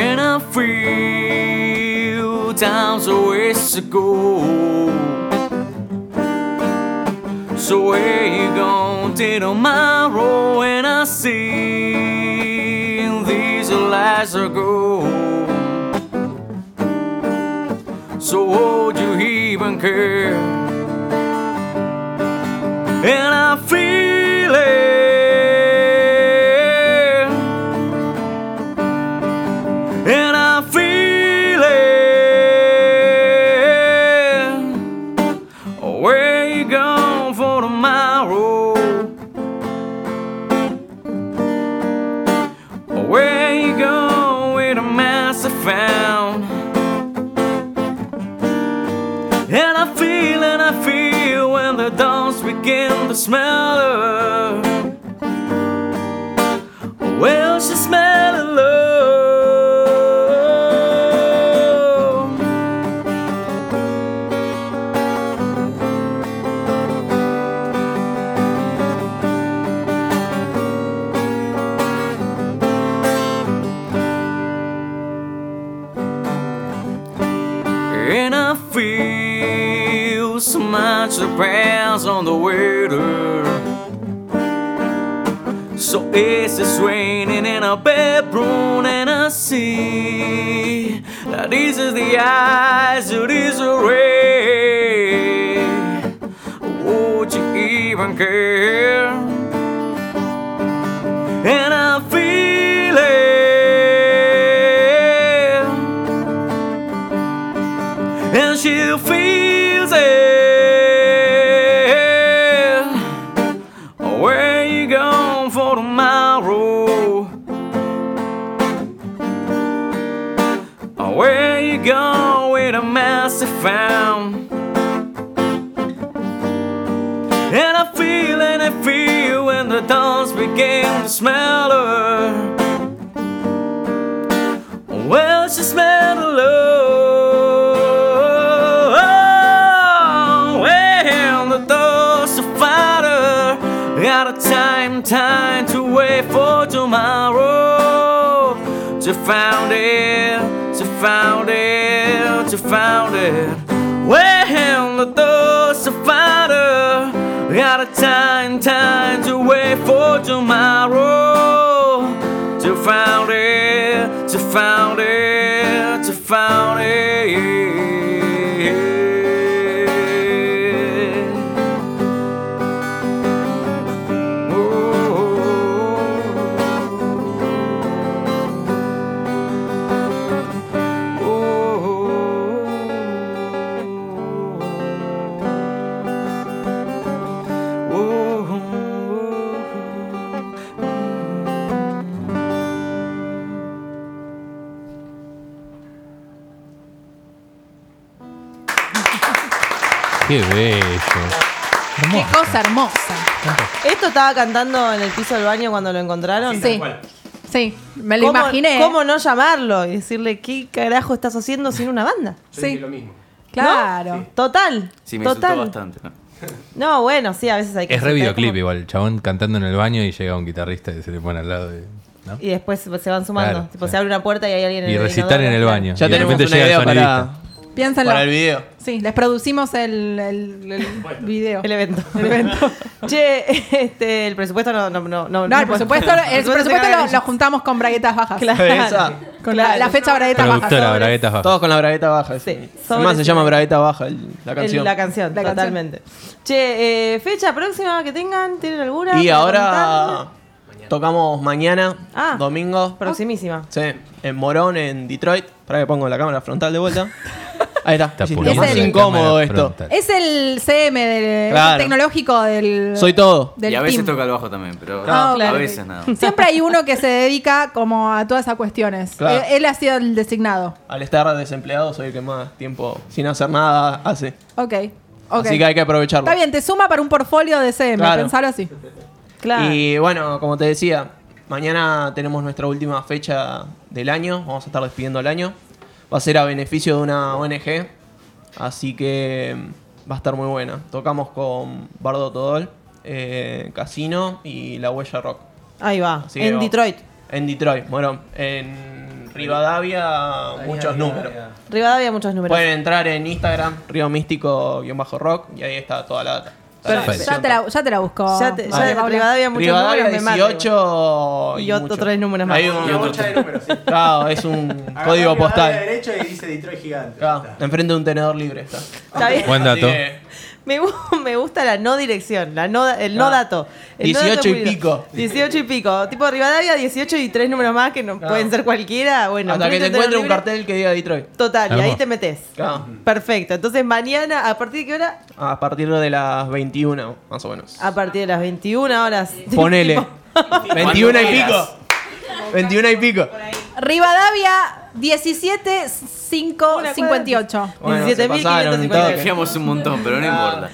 Speaker 8: In a few times a ways to go. So where you gonna take tomorrow when I see these lights are go? So would you even care? And I feel it and I feel it.
Speaker 7: And I feel and I feel when the dawns begin to smell her. Well, she smell of love. And I feel so much the prayers on the waiter. So it's just raining in our bedroom, and I see that this is the eyes of disarray. Would you even care? And I feel it and she feels it. Where you going for tomorrow? Where you going with a massive found? And I feel and I feel when the dawn's begin to smell her. Well, she smelled the love. When the doors of fire got a time, time to wait for tomorrow. She found it, she found it, she found it. When the doors of fire got a time, time to wait for tomorrow. To found it, to found it, to found it. Oh. Oh. Oh.
Speaker 4: Qué bello.
Speaker 3: Qué
Speaker 4: Hermoso.
Speaker 3: cosa hermosa.
Speaker 1: ¿Esto estaba cantando en el piso del baño cuando lo encontraron?
Speaker 3: Sí. Sí, me lo
Speaker 1: ¿Cómo-
Speaker 3: imaginé. ¿eh?
Speaker 1: ¿Cómo no llamarlo y decirle qué carajo estás haciendo sin una banda?
Speaker 2: Yo dije
Speaker 3: Sí.
Speaker 2: lo mismo.
Speaker 3: Claro.
Speaker 1: Total.
Speaker 8: Sí, me
Speaker 1: total.
Speaker 8: insultó bastante. ¿no?
Speaker 1: No, bueno, sí, a veces hay que.
Speaker 4: Es re
Speaker 1: aceptar
Speaker 4: videoclip
Speaker 1: como-
Speaker 4: igual. El chabón cantando en el baño y llega un guitarrista y se le pone al lado. y- ¿no?
Speaker 1: Y después se van sumando.
Speaker 4: Claro,
Speaker 1: tipo,
Speaker 4: sí.
Speaker 1: se abre una puerta y hay alguien en
Speaker 4: Y
Speaker 1: el
Speaker 4: recitar en el
Speaker 1: inodoro.
Speaker 4: baño.
Speaker 5: Ya
Speaker 4: y de
Speaker 5: tenemos
Speaker 4: repente
Speaker 5: una
Speaker 4: llega el
Speaker 5: idea
Speaker 4: sonidista.
Speaker 5: para,
Speaker 3: Piénsenlo.
Speaker 5: para el video.
Speaker 3: Sí, les producimos el, el- el video.
Speaker 1: El evento. El evento. che, este, el presupuesto no. No, no, no,
Speaker 3: no, el
Speaker 1: no-
Speaker 3: presupuesto, el
Speaker 1: se
Speaker 3: presupuesto
Speaker 1: caga
Speaker 3: lo,
Speaker 1: en
Speaker 3: lo
Speaker 1: ellos.
Speaker 3: juntamos con braguetas bajas.
Speaker 1: Claro.
Speaker 5: Esa.
Speaker 3: Con la, la fecha braguetas bajas.
Speaker 4: Productora,
Speaker 1: sobres.
Speaker 4: braguetas bajas.
Speaker 5: Todos con la bragueta baja.
Speaker 1: Ah. Sí,
Speaker 5: Sí.
Speaker 1: sobre
Speaker 5: Además se
Speaker 1: sí.
Speaker 5: llama bragueta baja el- la
Speaker 1: El-
Speaker 5: canción.
Speaker 1: la canción,
Speaker 3: La canción.
Speaker 1: totalmente. Che, eh, fecha próxima que tengan, ¿tienen alguna?
Speaker 5: Y
Speaker 1: para
Speaker 5: ahora
Speaker 1: contarnos?
Speaker 5: tocamos mañana,
Speaker 1: Ah.
Speaker 5: domingo.
Speaker 1: Proximísima.
Speaker 5: Sí, en Morón, en Detroit. Para que pongo la cámara frontal de vuelta. Ahí está.
Speaker 4: Está
Speaker 5: Sí,
Speaker 4: pulmón
Speaker 5: es
Speaker 4: de la
Speaker 5: incómodo
Speaker 4: cámara
Speaker 5: esto.
Speaker 4: frontal.
Speaker 3: Es el CM del
Speaker 5: Claro.
Speaker 3: tecnológico del.
Speaker 5: Soy todo.
Speaker 3: del
Speaker 8: y a veces
Speaker 3: team.
Speaker 8: toca el bajo también, pero
Speaker 3: Ah,
Speaker 8: a
Speaker 3: claro.
Speaker 8: veces nada.
Speaker 3: Siempre hay uno que se dedica como a todas esas cuestiones.
Speaker 5: Claro.
Speaker 3: Eh, Él ha sido el designado.
Speaker 5: Al estar desempleado soy el que más tiempo sin hacer nada hace.
Speaker 3: Ok. ok.
Speaker 5: Así que hay que aprovecharlo.
Speaker 3: Está bien, te suma para un portfolio de CM,
Speaker 5: Claro.
Speaker 3: pensalo así.
Speaker 1: Claro.
Speaker 5: Y bueno, como te decía, mañana tenemos nuestra última fecha del año. Vamos a estar despidiendo el año. Va a ser a beneficio de una ONG. Así que mm, va a estar muy buena. Tocamos con Bardo Todol, eh, Casino y La Huella Rock.
Speaker 1: Ahí va.
Speaker 5: Así que
Speaker 1: En
Speaker 5: vamos.
Speaker 1: Detroit.
Speaker 5: En Detroit, bueno, en Rivadavia, muchos números.
Speaker 1: Rivadavia, muchos números.
Speaker 5: Pueden entrar en Instagram, Río Místico-Rock, y ahí está toda la data. Está la
Speaker 4: Perfecto.
Speaker 5: descripción.
Speaker 3: Ya te la, ya te la busco.
Speaker 1: ya te, ya
Speaker 3: Vale,
Speaker 1: de
Speaker 3: Paula.
Speaker 1: Rivadavia, muchos
Speaker 5: Rivadavia
Speaker 1: números. me mata,
Speaker 5: 18
Speaker 1: Y otro-
Speaker 5: mucho.
Speaker 1: tres números más.
Speaker 5: Hay
Speaker 1: Y
Speaker 5: un,
Speaker 8: otro-
Speaker 5: Claro, es un código postal.
Speaker 2: derecho y dice Detroit gigante.
Speaker 5: Claro, enfrente de un tenedor libre está.
Speaker 1: Está bien.
Speaker 4: Buen
Speaker 5: Así
Speaker 4: dato.
Speaker 5: que,
Speaker 1: Me, gu- me gusta la no dirección, la no, el no
Speaker 5: Ah.
Speaker 1: dato. El no
Speaker 5: 18
Speaker 1: dato
Speaker 5: y
Speaker 1: pulido.
Speaker 5: pico.
Speaker 1: 18 y pico. Tipo Rivadavia, 18 y tres números más que no
Speaker 5: Claro.
Speaker 1: pueden ser cualquiera. Bueno,
Speaker 5: Ah. hasta que te
Speaker 1: enfrente
Speaker 5: encuentre
Speaker 1: del
Speaker 5: un
Speaker 1: libre.
Speaker 5: cartel Ah. que diga Detroit.
Speaker 1: Total, y ahí
Speaker 4: Hermoso.
Speaker 1: te metes.
Speaker 5: Claro,
Speaker 1: Perfecto. Entonces mañana, ¿a partir de qué hora?
Speaker 5: a partir de las 21, más o menos.
Speaker 1: A partir de las 21 horas.
Speaker 5: Ponele.
Speaker 1: Tipo,
Speaker 5: 21 y
Speaker 8: Cuando
Speaker 5: pico. 21 y pico.
Speaker 3: Rivadavia 17.558.
Speaker 5: Bueno, se
Speaker 1: 17.558.
Speaker 5: pasaron en todo.
Speaker 8: Confiamos un montón, pero no importa.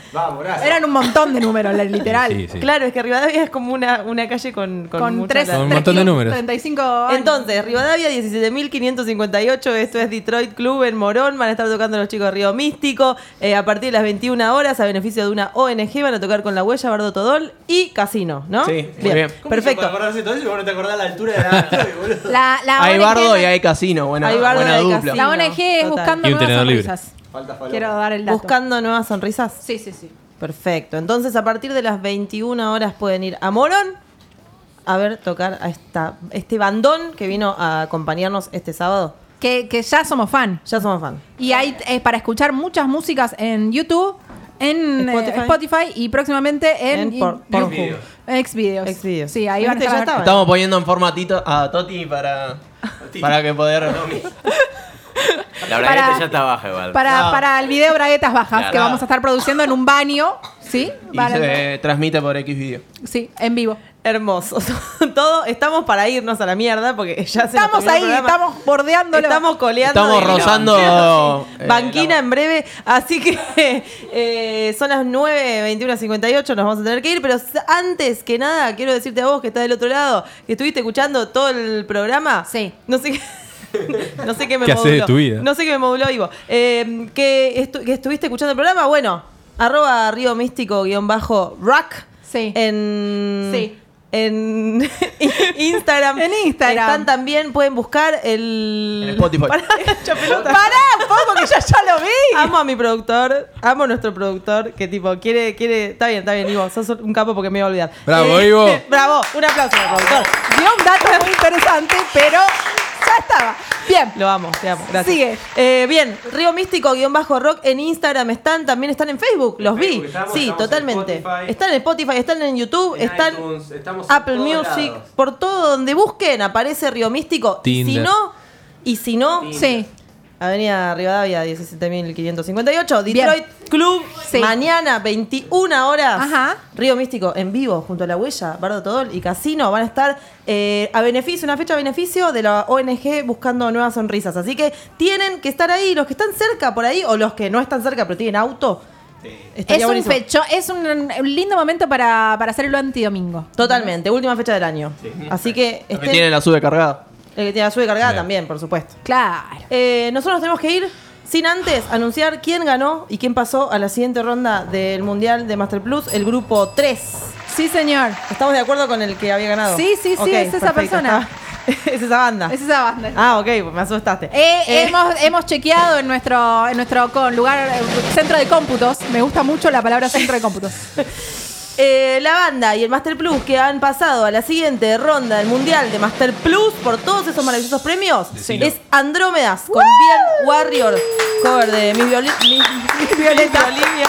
Speaker 3: Eran un montón de números, la- literal.
Speaker 4: Sí, sí.
Speaker 1: Claro, es que Rivadavia es como una, una calle con, con,
Speaker 3: Con
Speaker 1: mucha
Speaker 3: tres,
Speaker 1: plata.
Speaker 4: Con un montón de números.
Speaker 3: 35 años.
Speaker 1: Entonces, Rivadavia 17.558, esto es Detroit Club en Morón, van a estar tocando los chicos de Río Místico eh, a partir de las 21 horas a beneficio de una ONG, van a tocar con La Huella, Bardo Todol y Casino, ¿no?
Speaker 5: Sí, muy bien. ¿Cómo
Speaker 1: Perfecto.
Speaker 2: acordarse todo eso? Vos no te acordás la altura de la boludo.
Speaker 3: La, la
Speaker 5: Hay
Speaker 3: ONG
Speaker 5: bardo
Speaker 3: no-
Speaker 5: y hay casino. Buena,
Speaker 1: Hay bardo y
Speaker 5: buena
Speaker 1: hay
Speaker 5: dupla.
Speaker 1: casino.
Speaker 3: La ONG es
Speaker 1: Total.
Speaker 3: buscando
Speaker 4: Y un
Speaker 3: nuevas
Speaker 4: tenedor libre.
Speaker 3: sonrisas. Quiero dar el dato.
Speaker 1: Buscando nuevas sonrisas.
Speaker 3: Sí, sí, sí.
Speaker 1: Perfecto. Entonces, a partir de las 21 horas pueden ir a Morón a ver tocar a esta, este bandón que vino a acompañarnos este sábado.
Speaker 3: Que, que ya somos fan.
Speaker 1: Ya somos fan.
Speaker 3: Y hay eh, para escuchar muchas músicas en YouTube, en eh, Spotify,
Speaker 1: Spotify.
Speaker 3: y próximamente en,
Speaker 1: En por- por-
Speaker 3: Xvideos.
Speaker 1: Xvideos.
Speaker 3: Sí, ahí van a
Speaker 1: Viste,
Speaker 3: estar.
Speaker 1: ya estaba.
Speaker 5: Estamos poniendo en formatito a Toti para, para que poder.
Speaker 8: La
Speaker 3: Para-
Speaker 8: bragueta ya está baja igual.
Speaker 3: Para,
Speaker 5: No.
Speaker 3: para el video Braguetas Bajas,
Speaker 8: Claro.
Speaker 3: que vamos a estar produciendo en un baño, ¿sí?
Speaker 5: y
Speaker 3: Para-
Speaker 5: se transmite por X video.
Speaker 3: Sí, en vivo.
Speaker 1: Hermoso. Todo, estamos para irnos a la mierda porque ya se nos
Speaker 3: Estamos
Speaker 1: terminó el
Speaker 3: ahí,
Speaker 1: programa.
Speaker 3: estamos bordeando
Speaker 1: Estamos coleando.
Speaker 5: Estamos
Speaker 1: de-
Speaker 5: rozando. eh,
Speaker 1: Banquina
Speaker 5: la-
Speaker 1: en breve, así que eh, son las 9, 21, 58, nos vamos a tener que ir, pero s- antes que nada quiero decirte a vos que estás del otro lado, que estuviste escuchando todo el programa.
Speaker 3: Sí.
Speaker 1: No sé qué, no sé qué me
Speaker 4: ¿Qué
Speaker 1: moduló.
Speaker 4: haces de tu vida?
Speaker 1: No sé qué me moduló Ivo. Eh, que, estu- que estuviste escuchando el programa, bueno, arroba río místico guión bajo rock
Speaker 3: Sí.
Speaker 1: en...
Speaker 3: Sí.
Speaker 1: En Instagram.
Speaker 3: En Instagram.
Speaker 1: Están también, pueden buscar el.
Speaker 5: En Spotify.
Speaker 1: Pará, chapelota.
Speaker 3: ¡Pará un poco que yo ya lo vi!
Speaker 1: Amo a mi productor, amo a nuestro productor que tipo quiere, quiere, está bien, está bien, Ivo, sos un capo porque me iba a olvidar. Eh,
Speaker 4: Bravo, Ivo.
Speaker 1: Bravo, un aplauso al productor.
Speaker 3: Dio un dato muy interesante, pero ya estaba. Bien.
Speaker 1: Lo amo, te amo, gracias.
Speaker 3: Sigue.
Speaker 1: Eh, bien, Río Místico, guión bajo rock, en Instagram están, también están en Facebook, los vi.
Speaker 2: Facebook estamos,
Speaker 1: sí,
Speaker 2: estamos en
Speaker 1: totalmente.
Speaker 2: Spotify.
Speaker 1: están en Spotify, están en YouTube,
Speaker 2: En
Speaker 1: están
Speaker 2: iTunes, estamos en
Speaker 1: Apple
Speaker 2: todos
Speaker 1: Music,
Speaker 2: lados.
Speaker 1: por todo donde busquen aparece Río Místico. Y si
Speaker 4: Tinder.
Speaker 1: no, y si no,
Speaker 3: Sí.
Speaker 1: Avenida Rivadavia, 17.558. Detroit
Speaker 3: Bien.
Speaker 1: Club,
Speaker 3: Sí.
Speaker 1: mañana, 21 horas.
Speaker 3: Ajá.
Speaker 1: Río Místico, en vivo, junto a La Huella, Bardo Todol y Casino. Van a estar eh, a beneficio, una fecha a beneficio de la ONG buscando nuevas sonrisas. Así que tienen que estar ahí, los que están cerca por ahí, o los que no están cerca pero tienen auto. estaría
Speaker 3: Es un,
Speaker 1: buenísimo.
Speaker 3: fecho, es un, un lindo momento para, para hacer el antidomingo.
Speaker 1: Totalmente, última fecha del año. Así que
Speaker 5: Los que
Speaker 1: estén-
Speaker 5: tienen la sube cargada.
Speaker 1: el que tiene la sube cargada
Speaker 4: Bien.
Speaker 1: también, por supuesto.
Speaker 3: Claro.
Speaker 1: Eh, nosotros tenemos que ir sin antes anunciar quién ganó y quién pasó a la siguiente ronda del Mundial de Master Plus, el grupo 3.
Speaker 3: Sí, señor.
Speaker 1: ¿Estamos de acuerdo con el que había ganado?
Speaker 3: Sí, sí, sí,
Speaker 1: Ok,
Speaker 3: es esa persona.
Speaker 1: está- es esa banda.
Speaker 3: Es esa banda.
Speaker 1: Ah, ok, pues me asustaste.
Speaker 3: Eh,
Speaker 1: Eh,
Speaker 3: Hemos, hemos chequeado en nuestro, en nuestro con- lugar, eh, centro de cómputos. Me gusta mucho la palabra centro de cómputos.
Speaker 1: eh, la banda y el Master Plus que han pasado a la siguiente ronda del Mundial de Master Plus por todos esos maravillosos premios
Speaker 4: Decilo.
Speaker 1: es Andrómedas con Bien Warrior, cover de Miss Violi- Miss- Miss Violeta. Bolivia.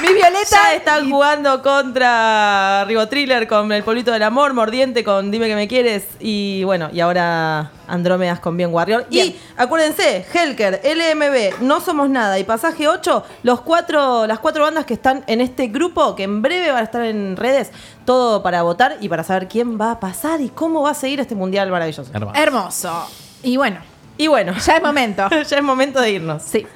Speaker 3: Mi Violeta
Speaker 1: Ya están jugando contra Rigo Thriller con El Pueblito del Amor, Mordiente con Dime que me quieres y bueno, y ahora Andrómedas con Bien Warrior.
Speaker 3: Bien.
Speaker 1: Y acuérdense, Helker, LMB, No Somos Nada y Pasaje 8, los cuatro, las cuatro bandas que están en este grupo, que en breve van a estar en redes, todo para votar y para saber quién va a pasar y cómo va a seguir este mundial maravilloso.
Speaker 4: Hermano.
Speaker 3: Hermoso. Y bueno,
Speaker 1: Y bueno,
Speaker 3: ya es momento.
Speaker 1: ya es momento de irnos.
Speaker 3: Sí.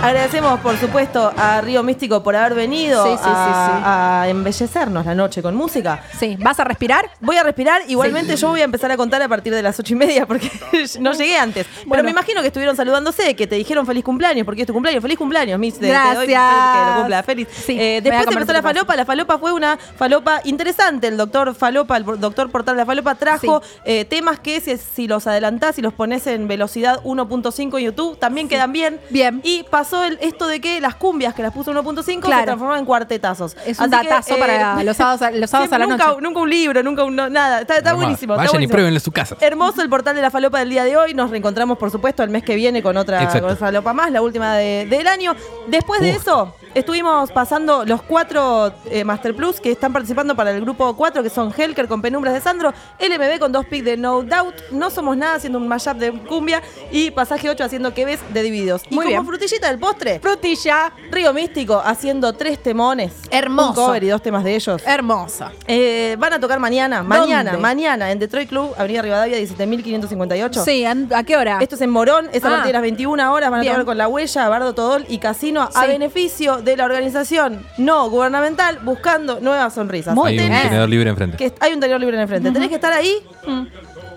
Speaker 1: Agradecemos, por supuesto, a Río Místico por haber venido
Speaker 3: Sí, sí, sí, sí.
Speaker 1: a, a embellecernos la noche con música.
Speaker 3: Sí. ¿Vas a respirar?
Speaker 1: Voy a respirar, igualmente yo voy a empezar a contar a partir de las ocho y media porque no llegué antes.
Speaker 3: Bueno.
Speaker 1: Pero me imagino que estuvieron saludándose, que te dijeron feliz cumpleaños, porque es tu cumpleaños, feliz cumpleaños, Miss. te- te doy
Speaker 3: Gracias.
Speaker 1: Que lo cumpla, feliz.
Speaker 3: Sí,
Speaker 1: Eh,
Speaker 3: voy a
Speaker 1: después
Speaker 3: comer
Speaker 1: empezó
Speaker 3: tu
Speaker 1: la
Speaker 3: pastel.
Speaker 1: falopa, la falopa fue una falopa interesante. El doctor falopa, el por- doctor portal de la falopa, trajo
Speaker 3: Sí.
Speaker 1: eh, temas que si, si los adelantás y los pones en velocidad 1.5 en YouTube, también quedan bien.
Speaker 3: Bien.
Speaker 1: Y pasó el- esto de que las cumbias que las puso en 1.5
Speaker 3: Claro.
Speaker 1: se transformaron en cuartetazos.
Speaker 3: Es un
Speaker 1: Así que,
Speaker 3: datazo
Speaker 1: eh,
Speaker 3: para los sábados, a- los sábados
Speaker 1: Sí,
Speaker 3: a la
Speaker 1: nunca,
Speaker 3: noche.
Speaker 1: Nunca un libro, nunca un. no- nada, está, está
Speaker 4: Hermano,
Speaker 1: buenísimo. está
Speaker 4: Vayan y
Speaker 1: buenísimo. Eh,
Speaker 4: pruébenlo en su casa.
Speaker 1: Hermoso el portal de la falopa del día de hoy. Nos reencontramos, por supuesto, el mes que viene con otra
Speaker 4: Exacto.
Speaker 1: con otra falopa más, la última de- del año. Después de
Speaker 4: Uf.
Speaker 1: eso, estuvimos pasando los cuatro eh, Master Plus que están participando para el grupo 4, que son Helker con Penumbras de Sandro, LMB con dos picks de No Doubt, No Somos Nada haciendo un mashup de cumbia y Pasaje 8 haciendo que ves de divididos. Y
Speaker 3: Muy
Speaker 1: como
Speaker 3: bien.
Speaker 1: frutillita del el postre?
Speaker 3: Frutilla.
Speaker 1: Río Místico haciendo tres temones.
Speaker 3: Hermoso.
Speaker 1: Un cover y dos temas de ellos.
Speaker 3: Hermosa.
Speaker 1: Eh, van a tocar mañana,
Speaker 3: ¿Dónde?
Speaker 1: mañana, mañana en Detroit Club, Avenida Rivadavia, 17.558.
Speaker 3: Sí, ¿an- ¿a qué hora?
Speaker 1: Esto es en Morón, es a
Speaker 3: Ah.
Speaker 1: partir de las 21 horas, van a
Speaker 3: Bien.
Speaker 1: tocar con La Huella, Bardo Todol y Casino a
Speaker 3: Sí.
Speaker 1: beneficio de la organización no gubernamental buscando nuevas sonrisas.
Speaker 3: Muy
Speaker 4: Hay un
Speaker 3: bien.
Speaker 4: tenedor libre enfrente.
Speaker 1: Que hay un taller libre en el frente. Tenés que estar ahí.
Speaker 3: Mm.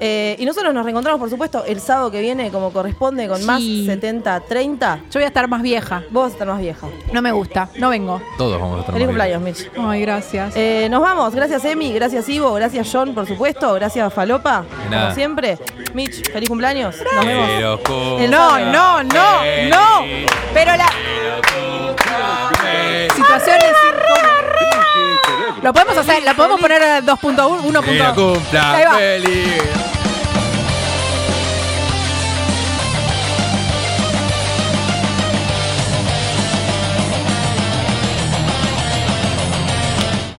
Speaker 1: Eh, y nosotros nos reencontramos, por supuesto, el sábado que viene, como corresponde, con más
Speaker 3: Sí.
Speaker 1: 70-30.
Speaker 3: Yo voy a estar más vieja.
Speaker 1: Vos vas a estar más vieja.
Speaker 3: No me gusta. No vengo.
Speaker 4: Todos vamos a estar
Speaker 1: Feliz
Speaker 4: más libres.
Speaker 1: cumpleaños, Mitch.
Speaker 3: Ay, gracias.
Speaker 1: Eh, nos vamos. Gracias, Emi. Gracias, Ivo. Gracias, John, por supuesto. Gracias, Falopa.
Speaker 4: nada.
Speaker 1: Como siempre. Mitch, feliz cumpleaños. Nos vemos.
Speaker 4: Pero
Speaker 1: El
Speaker 3: no,
Speaker 1: sábado.
Speaker 3: no, no, no. Pero la. Situaciones. Lo podemos hacer, la podemos poner a 2.1, 1.2.
Speaker 4: cumpla
Speaker 3: Ahí va.
Speaker 4: feliz.